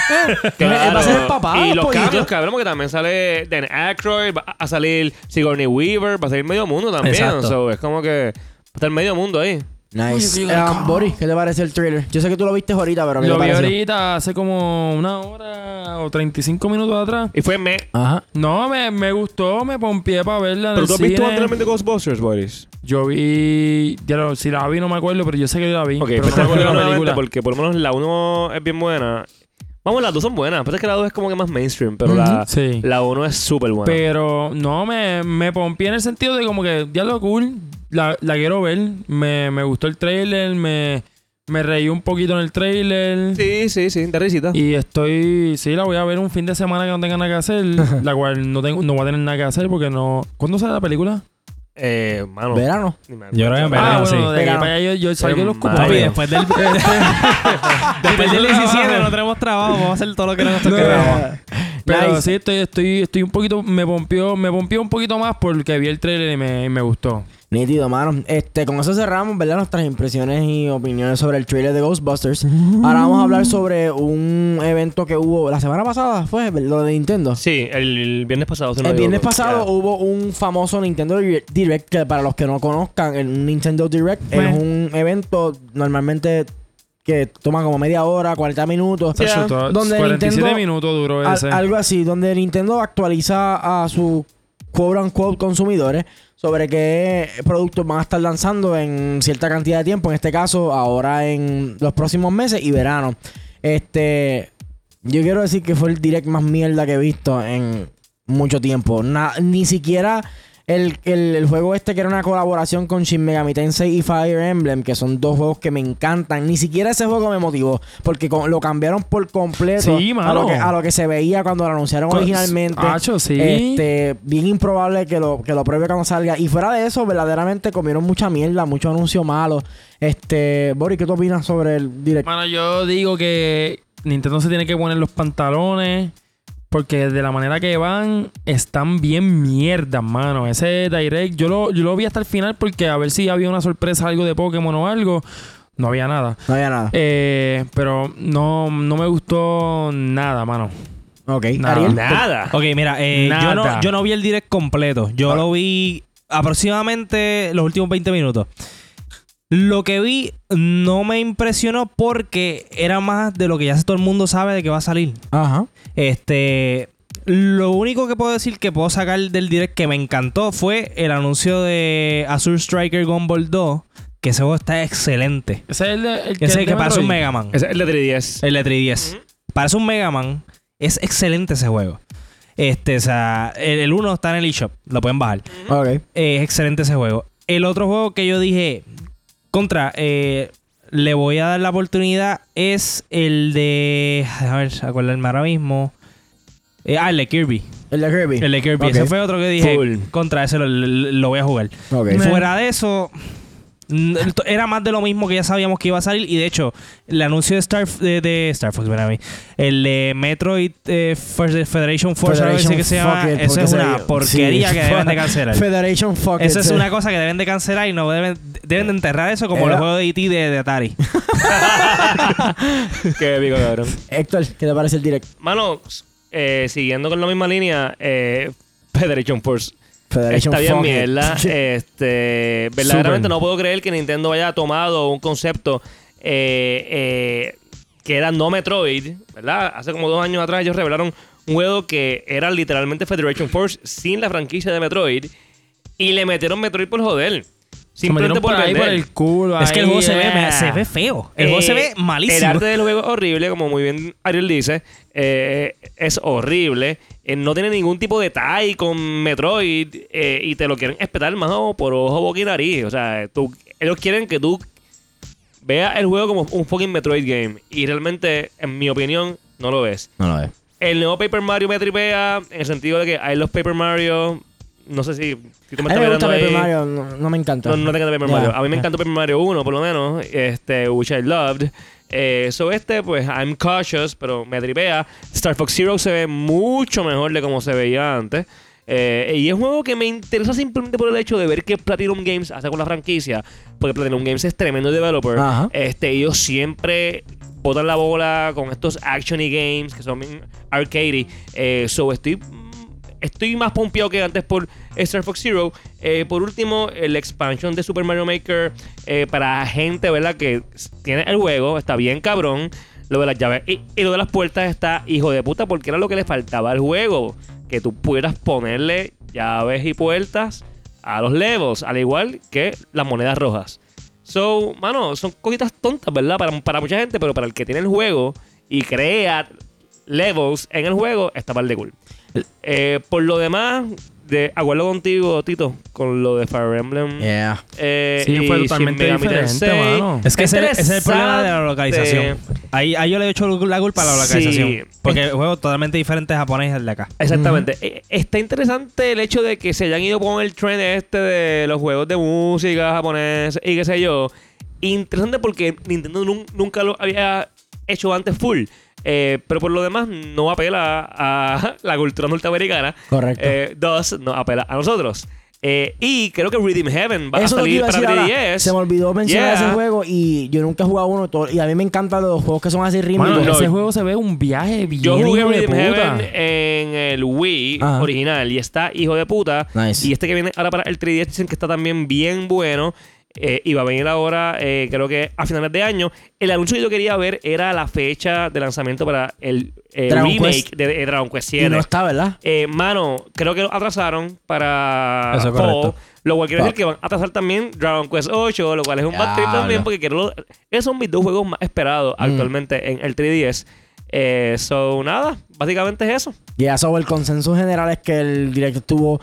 Speaker 5: Claro.
Speaker 2: Va a ser el papá.
Speaker 5: Y
Speaker 2: de
Speaker 5: los
Speaker 2: pollito.
Speaker 5: cambios, cabrón, porque también sale Dan Aykroyd, va a salir Sigourney Weaver, va a salir medio mundo también.
Speaker 3: Exacto.
Speaker 5: So, es como que está el medio mundo ahí.
Speaker 2: Nice. Um, Boris, ¿qué te parece el trailer? Yo sé que tú lo viste ahorita, pero ¿qué
Speaker 4: Lo
Speaker 2: te
Speaker 4: vi
Speaker 2: pareció?
Speaker 4: ahorita hace como una hora o 35 minutos atrás.
Speaker 5: Y fue me.
Speaker 2: Ajá.
Speaker 4: No, me, me gustó, me pompié para verla. en
Speaker 5: ¿Pero
Speaker 4: el
Speaker 5: tú has visto
Speaker 4: cine.
Speaker 5: anteriormente Ghostbusters, Boris?
Speaker 4: Yo vi. Ya lo- si la vi, no me acuerdo, pero yo sé que yo la vi.
Speaker 5: Ok,
Speaker 4: pero
Speaker 5: pues
Speaker 4: no me
Speaker 5: te
Speaker 4: acuerdo
Speaker 5: acuerdo
Speaker 4: de la película.
Speaker 5: porque por lo menos la 1 es bien buena. Vamos, las dos son buenas. Pasa que la 2 es como que más mainstream, pero la,
Speaker 4: Sí.
Speaker 5: la 1 es súper buena.
Speaker 4: Pero no, me, me pompié en el sentido de como que ya lo cool, la, la quiero ver. Me, me gustó el trailer, me, me reí un poquito en el trailer.
Speaker 5: sí, sí, sí, te risita.
Speaker 4: Y estoy. Sí, la voy a ver un fin de semana que no tenga nada que hacer. la cual no, tengo, no voy a tener nada que hacer porque no. ¿Cuándo sale la película?
Speaker 5: Eh, mano.
Speaker 2: Verano.
Speaker 5: ni me
Speaker 3: Yo creo que en
Speaker 5: acuerdo.
Speaker 3: verano.
Speaker 4: ah,
Speaker 3: sí.
Speaker 4: bueno, de aquí
Speaker 2: Verano.
Speaker 4: para allá yo, yo salgo los
Speaker 5: Papi,
Speaker 4: cupos.
Speaker 3: Papi,
Speaker 5: Mario.
Speaker 3: después del, después del 17 no tenemos trabajo. Vamos a hacer todo lo que nos toque.
Speaker 4: Pero
Speaker 2: Nice.
Speaker 4: sí, estoy, estoy, estoy un poquito. Me pompió, me pompió un poquito más porque vi el trailer y me, y me gustó.
Speaker 2: Nítido, mano. Este, con eso cerramos, ¿verdad? Nuestras impresiones y opiniones sobre el trailer de Ghostbusters. Ahora vamos a hablar sobre un evento que hubo la semana pasada, fue lo de Nintendo.
Speaker 5: Sí, el, el viernes pasado. si no
Speaker 2: El
Speaker 5: me
Speaker 2: viernes
Speaker 5: equivoco.
Speaker 2: pasado uh,
Speaker 5: Ya.
Speaker 2: hubo un famoso Nintendo Dire- Direct que para los que no conozcan, el Nintendo Direct
Speaker 4: Bueno.
Speaker 2: es un evento normalmente que toma como media hora, 40 minutos.
Speaker 5: Sí, ah.
Speaker 4: Resultó-
Speaker 2: Donde
Speaker 4: 47
Speaker 2: Nintendo-
Speaker 4: minutos duró
Speaker 2: Al-
Speaker 4: ese.
Speaker 2: algo así, donde Nintendo actualiza a sus quote unquote consumidores sobre qué productos van a estar lanzando en cierta cantidad de tiempo, en este caso ahora en los próximos meses y verano. Este, yo quiero decir que fue el direct más mierda que he visto en mucho tiempo. Na- ni siquiera el, el- el juego este que era una colaboración con Shin Megami Tensei y Fire Emblem, que son dos juegos que me encantan. Ni siquiera ese juego me motivó, porque co- lo cambiaron por completo
Speaker 4: Sí,
Speaker 2: a, lo
Speaker 4: mano.
Speaker 2: que, a lo que se veía cuando lo anunciaron
Speaker 4: Co-
Speaker 2: originalmente.
Speaker 4: Acho, sí.
Speaker 2: Este, bien improbable que lo, que lo pruebe cuando salga. Y fuera de eso, verdaderamente comieron mucha mierda, mucho anuncio malo. Este, Boris, ¿qué tú opinas sobre el direct?
Speaker 4: Mano, yo digo que Nintendo se tiene que poner los pantalones. Porque de la manera que van, están bien mierda, mano. Ese direct, yo lo, yo lo vi hasta el final porque a ver si había una sorpresa, algo de Pokémon o algo. No había nada.
Speaker 2: No había nada.
Speaker 4: Eh, pero no, no me gustó nada, mano.
Speaker 2: ok.
Speaker 4: nada.
Speaker 2: Ariel.
Speaker 5: Nada.
Speaker 3: Ok, mira, eh,
Speaker 4: Nada.
Speaker 3: yo, no, yo no vi el direct completo. Yo lo vi aproximadamente los últimos 20 minutos. Lo que vi no me impresionó porque era más de lo que ya todo el mundo sabe de que va a salir.
Speaker 2: Ajá.
Speaker 3: Este, lo único que puedo decir que puedo sacar del direct que me encantó fue el anuncio de Azure Striker Gumball 2, que ese juego está excelente.
Speaker 4: Ese es el, de- el
Speaker 3: Ese que
Speaker 4: de
Speaker 3: parece un
Speaker 4: Metroid.
Speaker 3: Mega Man.
Speaker 5: Ese es el de 3DS.
Speaker 3: El de 3DS. Parece un Mega Man. Es excelente ese juego. Este, o sea, el, 1 está en el eShop. Lo pueden bajar.
Speaker 2: Ok.
Speaker 3: Eh, es excelente ese juego. El otro juego que yo dije, contra, eh, le voy a dar la oportunidad es el de. A ver, acordarme ahora mismo. Eh, ah, el de Kirby.
Speaker 2: El de Kirby.
Speaker 3: El de Kirby.
Speaker 2: Ok.
Speaker 3: Ese fue otro que dije.
Speaker 5: Full.
Speaker 3: Contra ese lo- lo- lo voy a jugar.
Speaker 2: Ok.
Speaker 4: Me-
Speaker 3: Fuera de eso, n- to- era más de lo mismo que ya sabíamos que iba a salir. Y de hecho, el anuncio de Star, de, de Star Fox, para mí. El de Metroid eh, First- Federation Force, algo así
Speaker 2: Federation
Speaker 3: que se llama.
Speaker 2: fuck it,
Speaker 3: Eso
Speaker 2: porque
Speaker 3: es
Speaker 2: se-
Speaker 3: una porquería
Speaker 2: sí.
Speaker 3: que deben de cancelar.
Speaker 2: Federation Fuck
Speaker 3: Eso
Speaker 2: it,
Speaker 3: es
Speaker 2: sí.
Speaker 3: una cosa que deben de cancelar y no deben, deben de enterrar eso como
Speaker 2: Era-
Speaker 3: el juego de E.T. de, de Atari.
Speaker 5: Qué pico, cabrón.
Speaker 2: Héctor, ¿qué te parece el direct?
Speaker 5: Mano, eh, siguiendo con la misma línea, eh, Federation Force.
Speaker 2: Federation
Speaker 5: Está bien
Speaker 2: Fuck it.
Speaker 5: mierda. Eh, este, verdaderamente
Speaker 4: Súper.
Speaker 5: no puedo creer que Nintendo haya tomado un concepto eh, eh, que era no Metroid, ¿verdad? Hace como dos años atrás ellos revelaron un juego que era literalmente Federation Force sin la franquicia de Metroid y le metieron Metroid por joder.
Speaker 4: Se metieron
Speaker 5: Simplemente por,
Speaker 4: por ahí por
Speaker 5: vender.
Speaker 4: el culo.
Speaker 3: es que el
Speaker 4: ahí,
Speaker 3: juego se ve,
Speaker 4: eh.
Speaker 3: se ve feo. El juego
Speaker 5: Eh,
Speaker 3: se ve
Speaker 5: El
Speaker 3: malísimo.
Speaker 5: arte del juego es horrible, como muy bien Ariel dice. eh, es horrible. eh, no tiene ningún tipo de tie con Metroid. eh, y te lo quieren espetar más por ojo, boca y nariz. O sea, tú- ellos quieren que tú veas el juego como un fucking Metroid game. Y realmente, en mi opinión, no lo es.
Speaker 2: No lo es.
Speaker 5: El nuevo Paper Mario me tripea en el sentido de que I love Paper Mario. No sé si, si tú me
Speaker 2: A
Speaker 5: estás
Speaker 2: mí me gusta
Speaker 5: mirando
Speaker 2: Paper
Speaker 5: ahí.
Speaker 2: Mario, no, no me encanta.
Speaker 5: No, no te encanta Paper
Speaker 2: Ya,
Speaker 5: Mario. A mí me
Speaker 2: ya.
Speaker 5: encantó Paper Mario 1, por lo menos. Este, which I loved. Eh, so este, pues, I'm cautious, pero me tripea. Star Fox Zero se ve mucho mejor de como se veía antes. Eh, y es un juego que me interesa simplemente por el hecho de ver qué Platinum Games hace con la franquicia. Porque Platinum Games es tremendo developer.
Speaker 2: Ajá.
Speaker 5: Este, ellos siempre botan la bola con estos action y games que son bien arcadey. Eh, so estoy, estoy más pompeado que antes por Star Fox Zero. Eh, por último, la expansión de Super Mario Maker eh, para gente, ¿verdad? Que tiene el juego, está bien cabrón. Lo de las llaves y, y lo de las puertas está hijo de puta porque era lo que le faltaba al juego. Que tú pudieras ponerle llaves y puertas a los levels, al igual que las monedas rojas. So, mano, son cositas tontas, ¿verdad? Para, para mucha gente, pero para el que tiene el juego y crea levels en el juego, está par de cool. Eh, por lo demás, de acuerdo contigo, Tito, con lo de Fire Emblem.
Speaker 2: Yeah.
Speaker 5: eh,
Speaker 4: Sí,
Speaker 5: y
Speaker 4: fue
Speaker 5: Shin
Speaker 4: totalmente
Speaker 5: Megami
Speaker 4: diferente,
Speaker 5: Tensei.
Speaker 4: mano.
Speaker 3: Es que ese, ese es el problema de la localización.
Speaker 5: Interesante.
Speaker 3: Ahí, ahí yo le he hecho la culpa a la
Speaker 5: Sí.
Speaker 3: localización. Porque el juego es totalmente diferente japonés al de acá.
Speaker 5: Exactamente. Eh, Está interesante el hecho de que se hayan ido con el tren este de los juegos de música japonés y qué sé yo. Interesante porque Nintendo nun- nunca lo había hecho antes full. Eh, pero por lo demás no apela a la cultura norteamericana.
Speaker 2: Correcto.
Speaker 5: Eh, dos, no apela a nosotros. Eh, y creo que Redeem Heaven va
Speaker 2: Eso
Speaker 5: a
Speaker 2: es lo que
Speaker 5: salir
Speaker 2: iba a
Speaker 5: para
Speaker 2: decir ahora.
Speaker 5: 3DS.
Speaker 2: Se me olvidó mencionar
Speaker 5: Yeah.
Speaker 2: ese juego y yo nunca he jugado uno. todo- y a mí me encantan los juegos que son así rítmicos.
Speaker 4: Mano,
Speaker 5: no,
Speaker 4: ese juego se ve un viaje bien
Speaker 5: Yo jugué
Speaker 4: hijo de
Speaker 5: Rhythm
Speaker 4: puta.
Speaker 5: Heaven en el Wii
Speaker 2: Ajá.
Speaker 5: original y está hijo de puta.
Speaker 2: Ah. Nice.
Speaker 5: Y este que viene ahora para el 3DS dicen que está también bien bueno. eh, y va a venir ahora, eh, creo que a finales de año. El anuncio que yo quería ver era la fecha de lanzamiento para el eh,
Speaker 2: Dragon
Speaker 5: remake
Speaker 2: Quest.
Speaker 5: de, de Dragon Quest
Speaker 2: y
Speaker 5: 7.
Speaker 2: no está, ¿verdad?
Speaker 5: Eh, mano, creo que lo atrasaron para
Speaker 3: Eso es
Speaker 5: fall,
Speaker 3: correcto.
Speaker 5: Lo cual quiere
Speaker 2: Ah.
Speaker 5: decir que van a atrasar también Dragon Quest 8, lo cual es un bad trip
Speaker 2: Diablo.
Speaker 5: también, porque quiero lo- esos son mis dos juegos más esperados actualmente en el 3DS. Eh, so, nada, básicamente es eso.
Speaker 2: Y ya sobre el consenso general es que el directo estuvo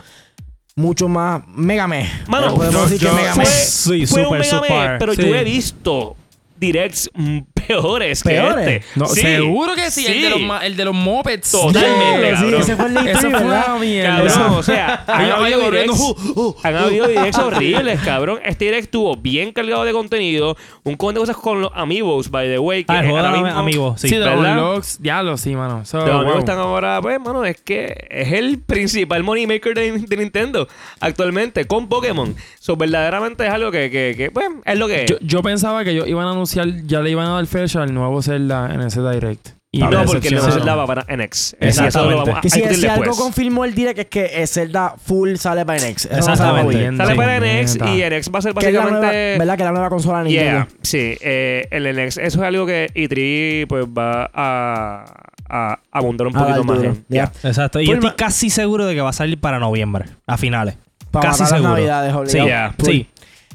Speaker 2: mucho más Mega Man.
Speaker 5: Mano,
Speaker 2: Pero podemos
Speaker 5: yo-
Speaker 2: decir
Speaker 4: yo-
Speaker 2: que Mega
Speaker 5: Fue,
Speaker 2: Man.
Speaker 3: Sí,
Speaker 5: fue un
Speaker 3: super,
Speaker 5: Mega Man,
Speaker 3: super.
Speaker 5: pero
Speaker 4: Sí.
Speaker 5: yo he visto directs mm, peores,
Speaker 2: ¿Peores?
Speaker 5: que este.
Speaker 4: No,
Speaker 5: Sí,
Speaker 4: Seguro que sí, El, de los, ma- el de los mopeds.
Speaker 5: Totalmente,
Speaker 4: Diablo, sí,
Speaker 5: cabrón.
Speaker 4: ese fue el
Speaker 2: Eso
Speaker 4: Esa
Speaker 2: fue
Speaker 4: fue
Speaker 2: una
Speaker 4: una mierda.
Speaker 5: Cabrón, o sea, han
Speaker 4: Ahí va
Speaker 5: habido
Speaker 4: corriendo,
Speaker 5: directs,
Speaker 4: uh, uh,
Speaker 5: han habido directs horribles, cabrón. Este direct estuvo bien cargado de contenido, un montón de cosas con los amigos, by the way. Que
Speaker 3: Ah, el juego
Speaker 5: ahora
Speaker 3: de
Speaker 5: mismo-
Speaker 3: amigos.
Speaker 4: Sí,
Speaker 3: Sí,
Speaker 4: de los
Speaker 5: ¿verdad?
Speaker 4: unlocks. Diablo, sí, mano. Eso,
Speaker 5: Los amigos
Speaker 4: wow.
Speaker 5: están ahora, pues, mano, es que es el principal moneymaker de, de Nintendo actualmente con Pokémon. So, verdaderamente es algo que, que, que, pues, es lo que es.
Speaker 4: yo, yo pensaba que ellos iban a anunciar, ya le iban a dar fecha al nuevo Zelda en ese Direct. Y me
Speaker 5: no, porque el
Speaker 4: decepcionaron.
Speaker 5: Zelda va para NX. Y
Speaker 3: Exactamente.
Speaker 5: eso lo vamos a
Speaker 2: Que si,
Speaker 5: discutir
Speaker 2: si algo
Speaker 5: después.
Speaker 2: confirmó el direct es que eh, Zelda Full sale para NX. Eso no se va a
Speaker 3: Exactamente.
Speaker 2: mover.
Speaker 5: Sale
Speaker 3: Sí.
Speaker 5: para NX y NX va a ser
Speaker 2: Que es la nueva,
Speaker 5: básicamente...
Speaker 2: ¿Verdad? Que es la nueva consola de Nintendo.
Speaker 5: Yeah, sí. eh, el NX, eso es algo que E3 pues va a, a abundar un
Speaker 2: A dar
Speaker 5: poquito más. eh.
Speaker 2: duro.
Speaker 5: en.
Speaker 2: Ya.
Speaker 3: Exacto. Y yo
Speaker 2: Full
Speaker 3: estoy
Speaker 2: ma-
Speaker 3: casi seguro de que va a salir para noviembre, a finales.
Speaker 2: Para
Speaker 3: casi
Speaker 2: matar las
Speaker 3: seguro.
Speaker 2: navidades,
Speaker 3: sí,
Speaker 2: obligado.
Speaker 5: Yeah.
Speaker 2: Full.
Speaker 3: sí.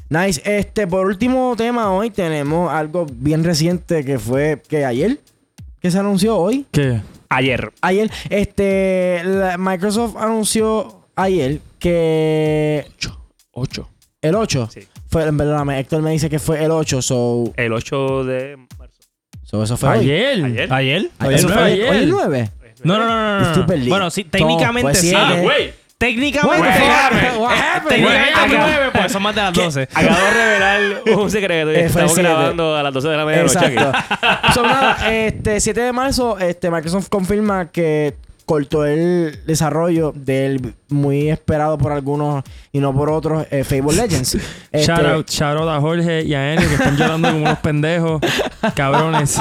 Speaker 2: Nice. Este, por último tema, hoy tenemos algo bien reciente que fue que ayer, que se anunció hoy.
Speaker 4: ¿Qué?
Speaker 5: Ayer.
Speaker 2: Ayer, este, la- Microsoft anunció ayer que
Speaker 5: 8.
Speaker 2: el 8.
Speaker 5: Sí.
Speaker 2: Fue, perdóname, Héctor me dice que fue el 8, so,
Speaker 5: El 8 de marzo.
Speaker 2: so eso fue hoy.
Speaker 4: Ayer.
Speaker 5: Ayer.
Speaker 3: ¿Ayer?
Speaker 2: Ayer, eso
Speaker 4: Ayer,
Speaker 2: fue
Speaker 4: no,
Speaker 2: ayer.
Speaker 4: ayer.
Speaker 2: Hoy el 9.
Speaker 3: No, no, no, no, no.
Speaker 2: Estoy perdido.
Speaker 3: Bueno, sí,
Speaker 2: No,
Speaker 3: técnicamente
Speaker 2: pues
Speaker 3: sí.
Speaker 2: siete.
Speaker 3: Ah,
Speaker 5: güey.
Speaker 3: Técnicamente.
Speaker 2: What the
Speaker 5: fuck?
Speaker 3: What happened? Técnicamente
Speaker 5: What?
Speaker 3: nueve, pues son más de las 12.
Speaker 5: Acabo de revelar un secreto. y
Speaker 2: Eh, fue
Speaker 5: Estamos
Speaker 2: siete.
Speaker 5: grabando a las 12 de la medianoche. aquí.
Speaker 2: Exacto. so, nada, este 7 de marzo, este Microsoft confirma que cortó el desarrollo del muy esperado por algunos y no por otros eh, Fable Legends. Este,
Speaker 4: Shout out, shout out a Jorge y a Enio que están llorando como unos pendejos. Cabrones.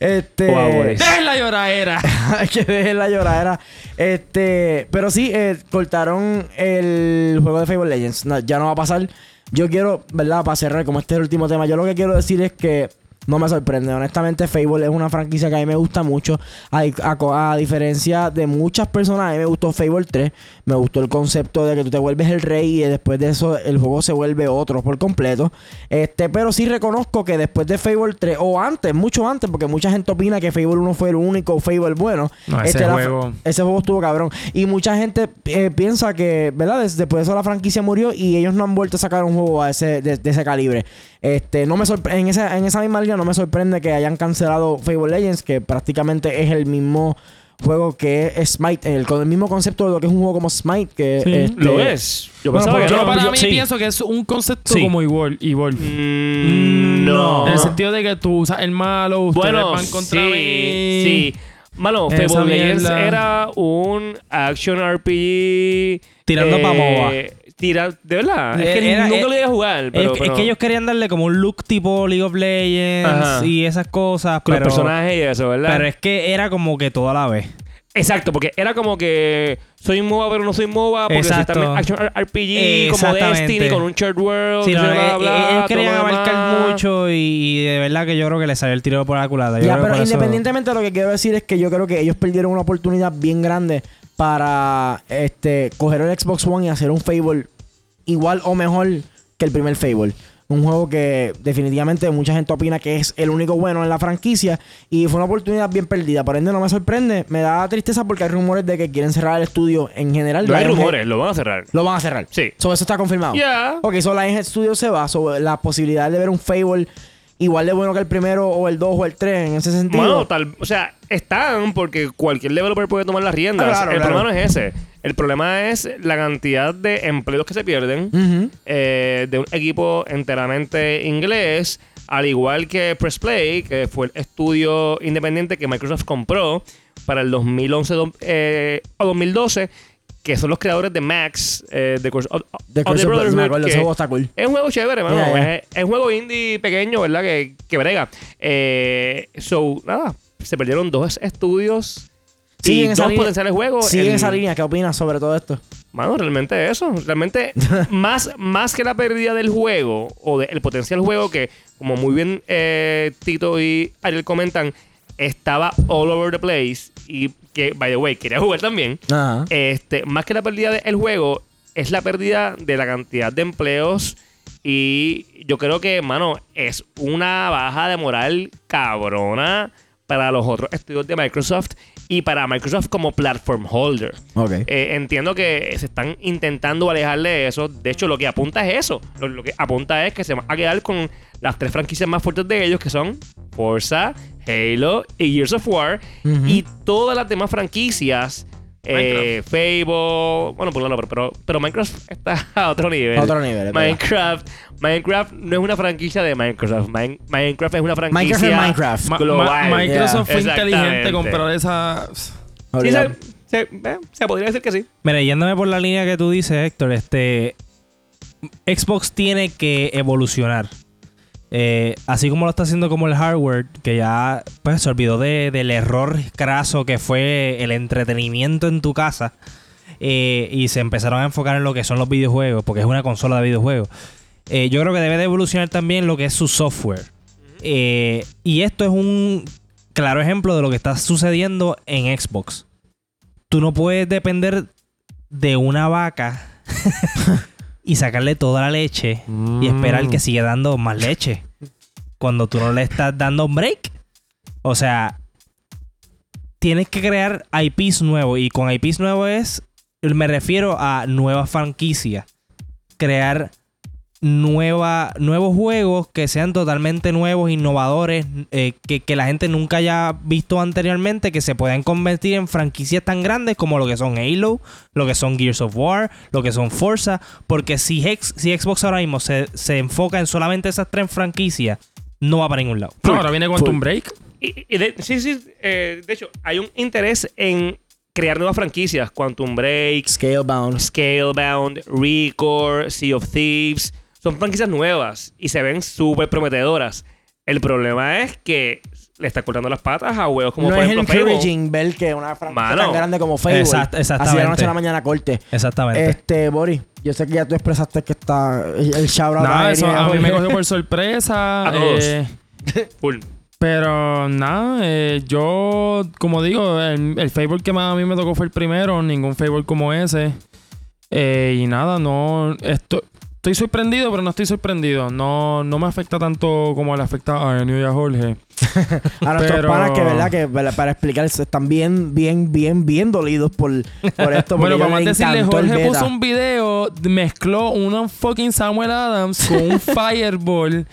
Speaker 2: Este,
Speaker 5: Wow, boy.
Speaker 4: ¡Dejen la lloradera!
Speaker 2: Hay que dejen la lloradera. Este, pero sí, eh, cortaron el juego de Fable Legends. No, ya no va a pasar. Yo quiero, ¿verdad? Para cerrar, como este es el último tema, yo lo que quiero decir es que no me sorprende. Honestamente, Fable es una franquicia que a mí me gusta mucho. A, a co- a diferencia de muchas personas, a mí me gustó Fable 3. Me gustó el concepto de que tú te vuelves el rey y después de eso el juego se vuelve otro por completo. Este, pero sí reconozco que después de Fable 3, o antes, mucho antes, porque mucha gente opina que Fable 1 fue el único Fable bueno.
Speaker 4: No, ese
Speaker 2: Este, la-
Speaker 4: juego-
Speaker 2: ese juego estuvo cabrón. Y mucha gente eh, piensa que, ¿verdad? Des- Después de eso la franquicia murió y ellos no han vuelto a sacar un juego a ese, de, de ese calibre. Este, no me sorpre- en, esa, en esa misma línea no me sorprende que hayan cancelado Fable Legends, que prácticamente es el mismo juego que es Smite, el, con el mismo concepto de lo que es un juego como Smite, que
Speaker 4: Sí,
Speaker 2: este,
Speaker 5: Lo es. Yo
Speaker 2: Bueno,
Speaker 5: pensaba
Speaker 2: pues
Speaker 5: que
Speaker 4: Yo
Speaker 5: no.
Speaker 4: para
Speaker 3: yo-
Speaker 4: mí
Speaker 3: sí.
Speaker 4: pienso que es un concepto
Speaker 3: Sí.
Speaker 4: como igual. igual.
Speaker 5: Mm, No.
Speaker 4: En el sentido de que tú usas el malo, ustedes
Speaker 5: Bueno,
Speaker 4: van contra
Speaker 5: sí,
Speaker 4: mí.
Speaker 5: sí. Mano,
Speaker 4: Esa
Speaker 5: Fable Legends
Speaker 4: mierda.
Speaker 5: era un action RPG.
Speaker 3: Tirando pa' MOBA.
Speaker 5: tirar. eh, De verdad. Es
Speaker 3: Eh,
Speaker 5: que
Speaker 3: era-
Speaker 5: nunca
Speaker 3: eh,
Speaker 5: lo iba a jugar. Pero,
Speaker 3: es,
Speaker 5: pero-
Speaker 3: es que ellos querían darle como un look tipo League of Legends
Speaker 5: Ajá.
Speaker 3: y esas cosas,
Speaker 5: Con
Speaker 3: pero,
Speaker 5: los personajes y eso, ¿verdad?
Speaker 3: pero es que era como que todo a la vez.
Speaker 5: Exacto, porque era como que soy MOBA, pero no soy MOBA, porque si
Speaker 3: Exacto.
Speaker 5: también Action R- RPG, como
Speaker 3: Exactamente.
Speaker 5: Destiny, con un shared world,
Speaker 3: Sí, no,
Speaker 5: bla,
Speaker 3: eh,
Speaker 5: bla,
Speaker 3: eh,
Speaker 5: bla,
Speaker 3: ellos querían
Speaker 5: todo lo
Speaker 3: abarcar
Speaker 5: demás.
Speaker 3: mucho y, y de verdad que yo creo que le salió el tiro por la culata. Yo
Speaker 2: Ya,
Speaker 3: creo que
Speaker 2: pero
Speaker 3: por eso-
Speaker 2: independientemente lo que quiero decir es que yo creo que ellos perdieron una oportunidad bien grande para este coger el Xbox One y hacer un Fable igual o mejor que el primer Fable. Un juego que definitivamente mucha gente opina que es el único bueno en la franquicia y fue una oportunidad bien perdida. Por ende no me sorprende, me da tristeza porque hay rumores de que quieren cerrar el estudio en general.
Speaker 5: No hay
Speaker 2: Lionhead
Speaker 5: rumores, lo van a cerrar.
Speaker 2: Lo van a cerrar.
Speaker 5: Sí.
Speaker 2: So, eso está confirmado.
Speaker 5: Ya.
Speaker 2: Ok, so Lionhead Studio se va sobre la posibilidad de ver un Fable igual de bueno que el primero o el 2 o el 3 en ese sentido.
Speaker 5: Bueno, tal, o sea, están porque cualquier developer puede tomar las riendas.
Speaker 2: Ah, claro,
Speaker 5: el
Speaker 2: claro.
Speaker 5: problema no es ese. El problema es la cantidad de empleos que se pierden
Speaker 2: Ujú.
Speaker 5: eh, de un equipo enteramente inglés, al igual que Press Play, que fue el estudio independiente que Microsoft compró para el 2011 do- eh, o 2012, que son los creadores de Max, eh, de Curse of,
Speaker 2: The
Speaker 5: of the
Speaker 2: Curse of Blood,
Speaker 5: Brotherhood,
Speaker 2: me acuerdo, ese
Speaker 5: que-
Speaker 2: juego está cool.
Speaker 5: es un juego chévere, mano.
Speaker 2: Ya, ya.
Speaker 5: Es, es un juego indie pequeño, ¿verdad? Que, que brega. Eh, so, nada. Se perdieron dos estudios
Speaker 2: Siguen
Speaker 5: y
Speaker 2: en
Speaker 5: dos
Speaker 2: esa línea.
Speaker 5: potenciales juegos.
Speaker 2: Sigue en
Speaker 5: en-
Speaker 2: esa línea, ¿qué opinas sobre todo esto?
Speaker 5: Mano, realmente eso. Realmente, más, más que la pérdida del juego o del potencial juego que, como muy bien eh, Tito y Ariel comentan, estaba all over the place y que, by the way, quería jugar también.
Speaker 2: Ajá.
Speaker 5: Este, más que la pérdida del juego, es la pérdida de la cantidad de empleos. Y yo creo que, mano, es una baja de moral cabrona para los otros estudios de Microsoft y para Microsoft como platform holder.
Speaker 2: Ok.
Speaker 5: Eh, entiendo que se están intentando alejar de eso. De hecho, lo que apunta es eso. Lo, lo que apunta es que se van a quedar con las tres franquicias más fuertes de ellos, que son Forza, Halo y Gears of War. Y todas las demás franquicias, eh, Fable, bueno, por un lado, pero, pero, pero Minecraft está a otro nivel.
Speaker 2: A otro nivel, es verdad.
Speaker 5: Minecraft, Minecraft no es una franquicia de Microsoft. Min- Minecraft es una franquicia.
Speaker 2: Minecraft es Minecraft.
Speaker 4: Ma-
Speaker 5: global.
Speaker 4: ma- Microsoft
Speaker 5: Yeah.
Speaker 4: fue inteligente
Speaker 5: Exactamente.
Speaker 4: comprar esa.
Speaker 5: Sí,
Speaker 2: Olvidado.
Speaker 5: se, se- eh, se podría decir que sí.
Speaker 3: Mira, yéndome por la línea que tú dices, Héctor, este. Xbox tiene que evolucionar. Eh, así como lo está haciendo como el hardware, que ya pues, se olvidó de- del error craso que fue el entretenimiento en tu casa. eh, y se empezaron a enfocar en lo que son los videojuegos, porque es una consola de videojuegos. Eh, yo creo que debe de evolucionar también lo que es su software. Eh, y esto es un claro ejemplo de lo que está sucediendo en Xbox tú no puedes depender de una vaca y sacarle toda la leche y esperar que siga dando más leche cuando tú no le estás dando un break. O sea, tienes que crear IPs nuevos y con IPs nuevos es, me refiero a nuevas franquicias. Crear nueva, nuevos juegos que sean totalmente nuevos, innovadores, eh, que, que la gente nunca haya visto anteriormente, que se puedan convertir en franquicias tan grandes como lo que son Halo, lo que son Gears of War, lo que son Forza, porque si, Hex- si Xbox ahora mismo se, se enfoca en solamente esas tres franquicias, no va para ningún lado.
Speaker 4: No, ahora viene Quantum Break.
Speaker 5: Y, y de- sí, sí, eh, de hecho, hay un interés en crear nuevas franquicias. Quantum Break,
Speaker 2: Scalebound.
Speaker 5: Scalebound, Record, Sea of Thieves. Son franquicias nuevas y se ven súper prometedoras. El problema es que le está cortando las patas a huevos como
Speaker 2: no
Speaker 5: por
Speaker 2: es
Speaker 5: ejemplo Facebook.
Speaker 2: encouraging ver que una franquicia
Speaker 5: Mano.
Speaker 2: tan grande como Fable
Speaker 3: Exact-
Speaker 2: así de la
Speaker 3: exactamente.
Speaker 2: noche a la mañana corte.
Speaker 3: Exactamente.
Speaker 4: Eh,
Speaker 2: Este, Boris, yo sé que ya tú expresaste que está el shoutout
Speaker 4: Nada,
Speaker 2: a
Speaker 4: eso
Speaker 2: Irene,
Speaker 4: a mí me
Speaker 2: Jorge.
Speaker 4: cogió por sorpresa.
Speaker 5: A todos.
Speaker 4: eh,
Speaker 5: Full.
Speaker 4: Pero nada, eh, yo, como digo, el, el favor que más a mí me tocó fue el primero, ningún favor como ese. Eh, y nada, no, esto, estoy sorprendido, pero no estoy sorprendido. No, no me afecta tanto como le afecta a New y a Jorge.
Speaker 2: A nuestros
Speaker 4: Pero-
Speaker 2: panas que, ¿verdad? Que ¿verdad? para explicarse están bien, bien, bien, bien dolidos por, por esto.
Speaker 4: Bueno,
Speaker 2: porque
Speaker 4: para más
Speaker 2: ellos les
Speaker 4: decirle,
Speaker 2: encantó el
Speaker 4: Jorge
Speaker 2: beta.
Speaker 4: puso un video, mezcló una fucking Samuel Adams con un Fireball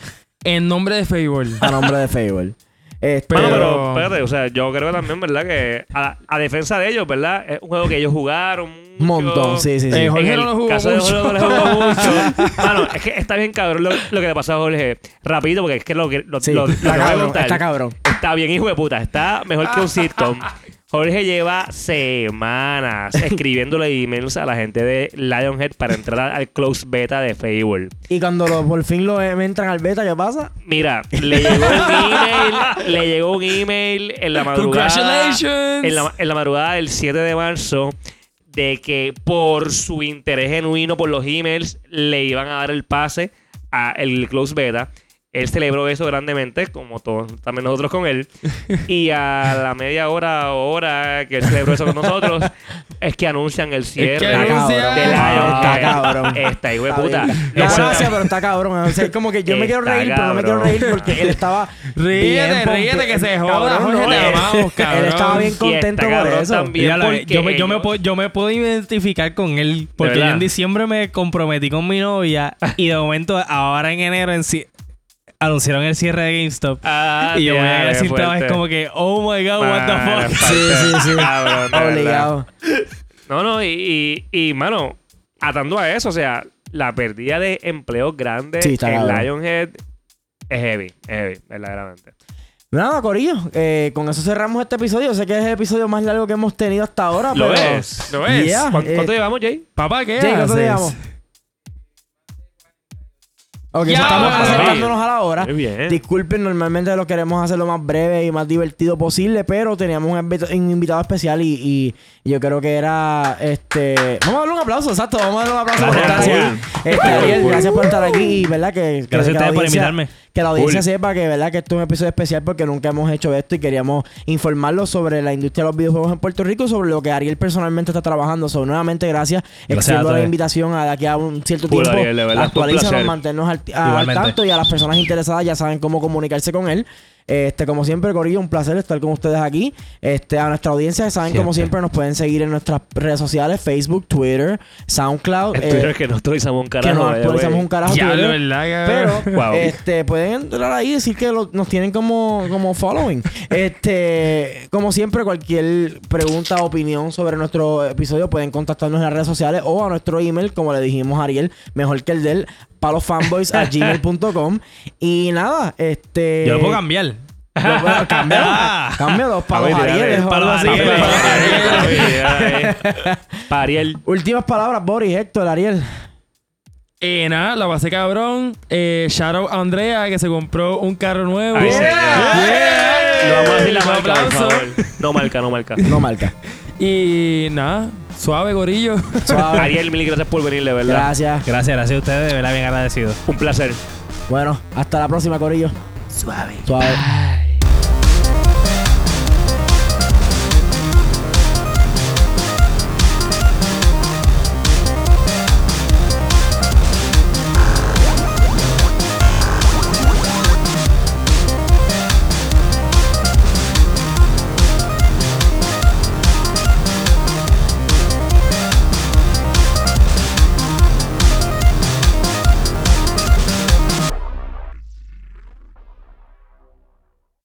Speaker 4: en nombre de Favor.
Speaker 2: A nombre de Fable. Este,
Speaker 4: Pero-
Speaker 5: Bueno, pero espérate, o sea, yo creo que también, ¿verdad? Que a, a defensa de ellos, ¿verdad? Es un juego que ellos jugaron.
Speaker 2: un montón,
Speaker 5: mucho.
Speaker 2: sí, sí, sí.
Speaker 4: Eh, Jorge
Speaker 5: en
Speaker 4: no
Speaker 5: el
Speaker 4: lo jugó
Speaker 5: caso de
Speaker 4: mucho.
Speaker 5: Jorge no lo jugó mucho. Mano, es que está bien cabrón lo, lo que le pasó a Jorge. Rapidito, porque es que lo que lo,
Speaker 2: Sí,
Speaker 5: lo- lo que
Speaker 2: está,
Speaker 5: voy a
Speaker 2: cabrón,
Speaker 5: contar
Speaker 2: está cabrón.
Speaker 5: está bien hijo de puta. Está mejor que un sitcom. Jorge lleva semanas escribiéndole emails a la gente de Lionhead para entrar al- al close beta de Fable.
Speaker 2: Y cuando lo- por fin lo me entran al beta, ¿qué pasa?
Speaker 5: Mira, le llegó un email, le llegó un email en la madrugada.
Speaker 4: Congratulations.
Speaker 5: En la, en la madrugada del 7 de marzo de que por su interés genuino por los emails le iban a dar el pase a el close beta. Él celebró eso grandemente, como todos, también nosotros con él. Y a la media hora, hora que él celebró eso con nosotros, es que anuncian el cierre
Speaker 4: que
Speaker 5: de
Speaker 4: anuncian.
Speaker 5: Lionhead.
Speaker 2: Está cabrón.
Speaker 5: Esta hijo de puta.
Speaker 2: Está bien.
Speaker 5: Eso-
Speaker 2: No, gracias, pero está cabrón. O sea, es como que yo me quiero
Speaker 5: Está
Speaker 2: reír, pero no me quiero
Speaker 5: cabrón.
Speaker 2: reír porque él estaba.
Speaker 4: Ríete,
Speaker 2: bien
Speaker 4: ríete que
Speaker 2: pompe-
Speaker 4: se joda,
Speaker 2: Cabrón,
Speaker 4: Jorge,
Speaker 2: no,
Speaker 4: te
Speaker 2: él-
Speaker 4: amamos, cabrón.
Speaker 2: Él estaba bien
Speaker 5: Y está
Speaker 2: contento por
Speaker 5: cabrón
Speaker 2: eso.
Speaker 5: también
Speaker 3: Mira, la-
Speaker 5: porque
Speaker 3: yo, me, yo me
Speaker 5: ellos-
Speaker 3: puedo, yo me puedo identificar con él porque yo
Speaker 5: verdad?
Speaker 3: en diciembre me comprometí con mi novia y de momento ahora en enero en ci- anunciaron el cierre de GameStop.
Speaker 5: Ah,
Speaker 3: y yo me voy a
Speaker 5: diablo,
Speaker 3: decir
Speaker 5: qué
Speaker 3: todo, es
Speaker 5: fuerte. Ah.
Speaker 3: como que, oh my god, what the
Speaker 5: Mano,
Speaker 3: fuck.
Speaker 5: parte-
Speaker 2: Sí, sí, sí.
Speaker 5: Cabrón, de verdad.
Speaker 2: Obligado.
Speaker 5: No, no, y, y, y, mano, atando a eso, o sea, la pérdida de empleos grandes
Speaker 2: Sí, está
Speaker 5: en
Speaker 2: cabrón.
Speaker 5: Lionhead es heavy, es heavy, verdaderamente.
Speaker 2: Nada, Corillo, eh, con eso cerramos este episodio. Sé que es el episodio más largo que hemos tenido hasta ahora.
Speaker 5: ¿Lo
Speaker 2: Ah, pero...
Speaker 5: ves? ¿Lo
Speaker 2: ves?
Speaker 5: ves?
Speaker 2: Yeah,
Speaker 5: ¿Cuánto,
Speaker 2: eh.
Speaker 5: llevamos, Jay?
Speaker 4: Papá, ¿qué
Speaker 2: Jay, ¿cuánto
Speaker 4: haces?
Speaker 2: llevamos? Ok,
Speaker 4: Ya,
Speaker 2: estamos
Speaker 4: vale.
Speaker 2: acercándonos a la hora.
Speaker 5: Muy bien.
Speaker 2: Disculpen, normalmente lo queremos hacer lo más breve y más divertido posible, pero teníamos un, invita- un invitado especial y, y yo creo que era este. Vamos a darle un aplauso, exacto. Vamos a darle un aplauso por estar
Speaker 5: Gracias,
Speaker 2: aquí.
Speaker 5: Juan.
Speaker 2: Este, Ariel, gracias por estar aquí y verdad que. que-
Speaker 3: Gracias a
Speaker 2: que la
Speaker 3: ustedes por
Speaker 2: audiencia-
Speaker 3: invitarme.
Speaker 2: Que la audiencia sepa que verdad que esto es un episodio especial porque nunca hemos hecho esto y queríamos informarlos sobre la industria de los videojuegos en Puerto Rico y sobre lo que Ariel personalmente está trabajando. So, nuevamente, gracias.
Speaker 3: Gracias
Speaker 2: Extiendo
Speaker 3: a
Speaker 2: la
Speaker 3: todos.
Speaker 2: invitación a de aquí a un cierto
Speaker 5: Full,
Speaker 2: tiempo.
Speaker 5: Ariel, de verdad, fue un
Speaker 2: Actualízanos,
Speaker 5: placer.
Speaker 2: mantenernos al, a- al
Speaker 3: Igualmente.
Speaker 2: tanto y a las personas interesadas ya saben cómo comunicarse con él. Este, como siempre, Corillo, un placer estar con ustedes aquí. Este, a nuestra audiencia, saben como siempre nos pueden seguir en nuestras redes sociales, Facebook, Twitter, SoundCloud,
Speaker 5: En
Speaker 2: eh,
Speaker 5: Twitter que no actualizamos un
Speaker 2: que
Speaker 5: carajo. eh,
Speaker 2: nos
Speaker 5: by the
Speaker 2: actualizamos
Speaker 5: way.
Speaker 2: un carajo
Speaker 4: Ya,
Speaker 2: Twitter.
Speaker 4: de verdad,
Speaker 2: Pero
Speaker 4: cabrón.
Speaker 5: Wow.
Speaker 2: este, pueden entrar ahí y decir que lo- nos tienen como, como following. Este, como siempre, cualquier pregunta o opinión sobre nuestro episodio pueden contactarnos en las redes sociales o a nuestro email, como le dijimos a Ariel, mejor que el del palofanboys.gmail.com. Y nada, este.
Speaker 3: Yo lo puedo cambiar.
Speaker 2: lo puedo- Cámbialo. Cámbialo, palos
Speaker 5: Papi, dale,
Speaker 2: Ariel.
Speaker 5: palo
Speaker 2: o algo así.
Speaker 5: Ariel, Ariel, Ariel. Pariel.
Speaker 2: Últimas palabras, Boris, Héctor, Ariel.
Speaker 4: Eh, nada, la pasé cabrón. Eh, shout out a Andrea que se compró un carro nuevo.
Speaker 5: Ay, señor.
Speaker 4: Yeah.
Speaker 5: No vamos a decir la
Speaker 4: Un
Speaker 5: marca, por
Speaker 4: aplauso.
Speaker 5: favor. No marca, no marca.
Speaker 2: No marca.
Speaker 4: Y nada, suave, gorillo.
Speaker 2: Suave.
Speaker 5: Ariel, mil gracias por venir, de verdad.
Speaker 2: Gracias.
Speaker 3: Gracias, gracias a ustedes, de verdad, bien agradecido.
Speaker 5: Un placer.
Speaker 2: Bueno, hasta la próxima, Corillo. Suave. Suave.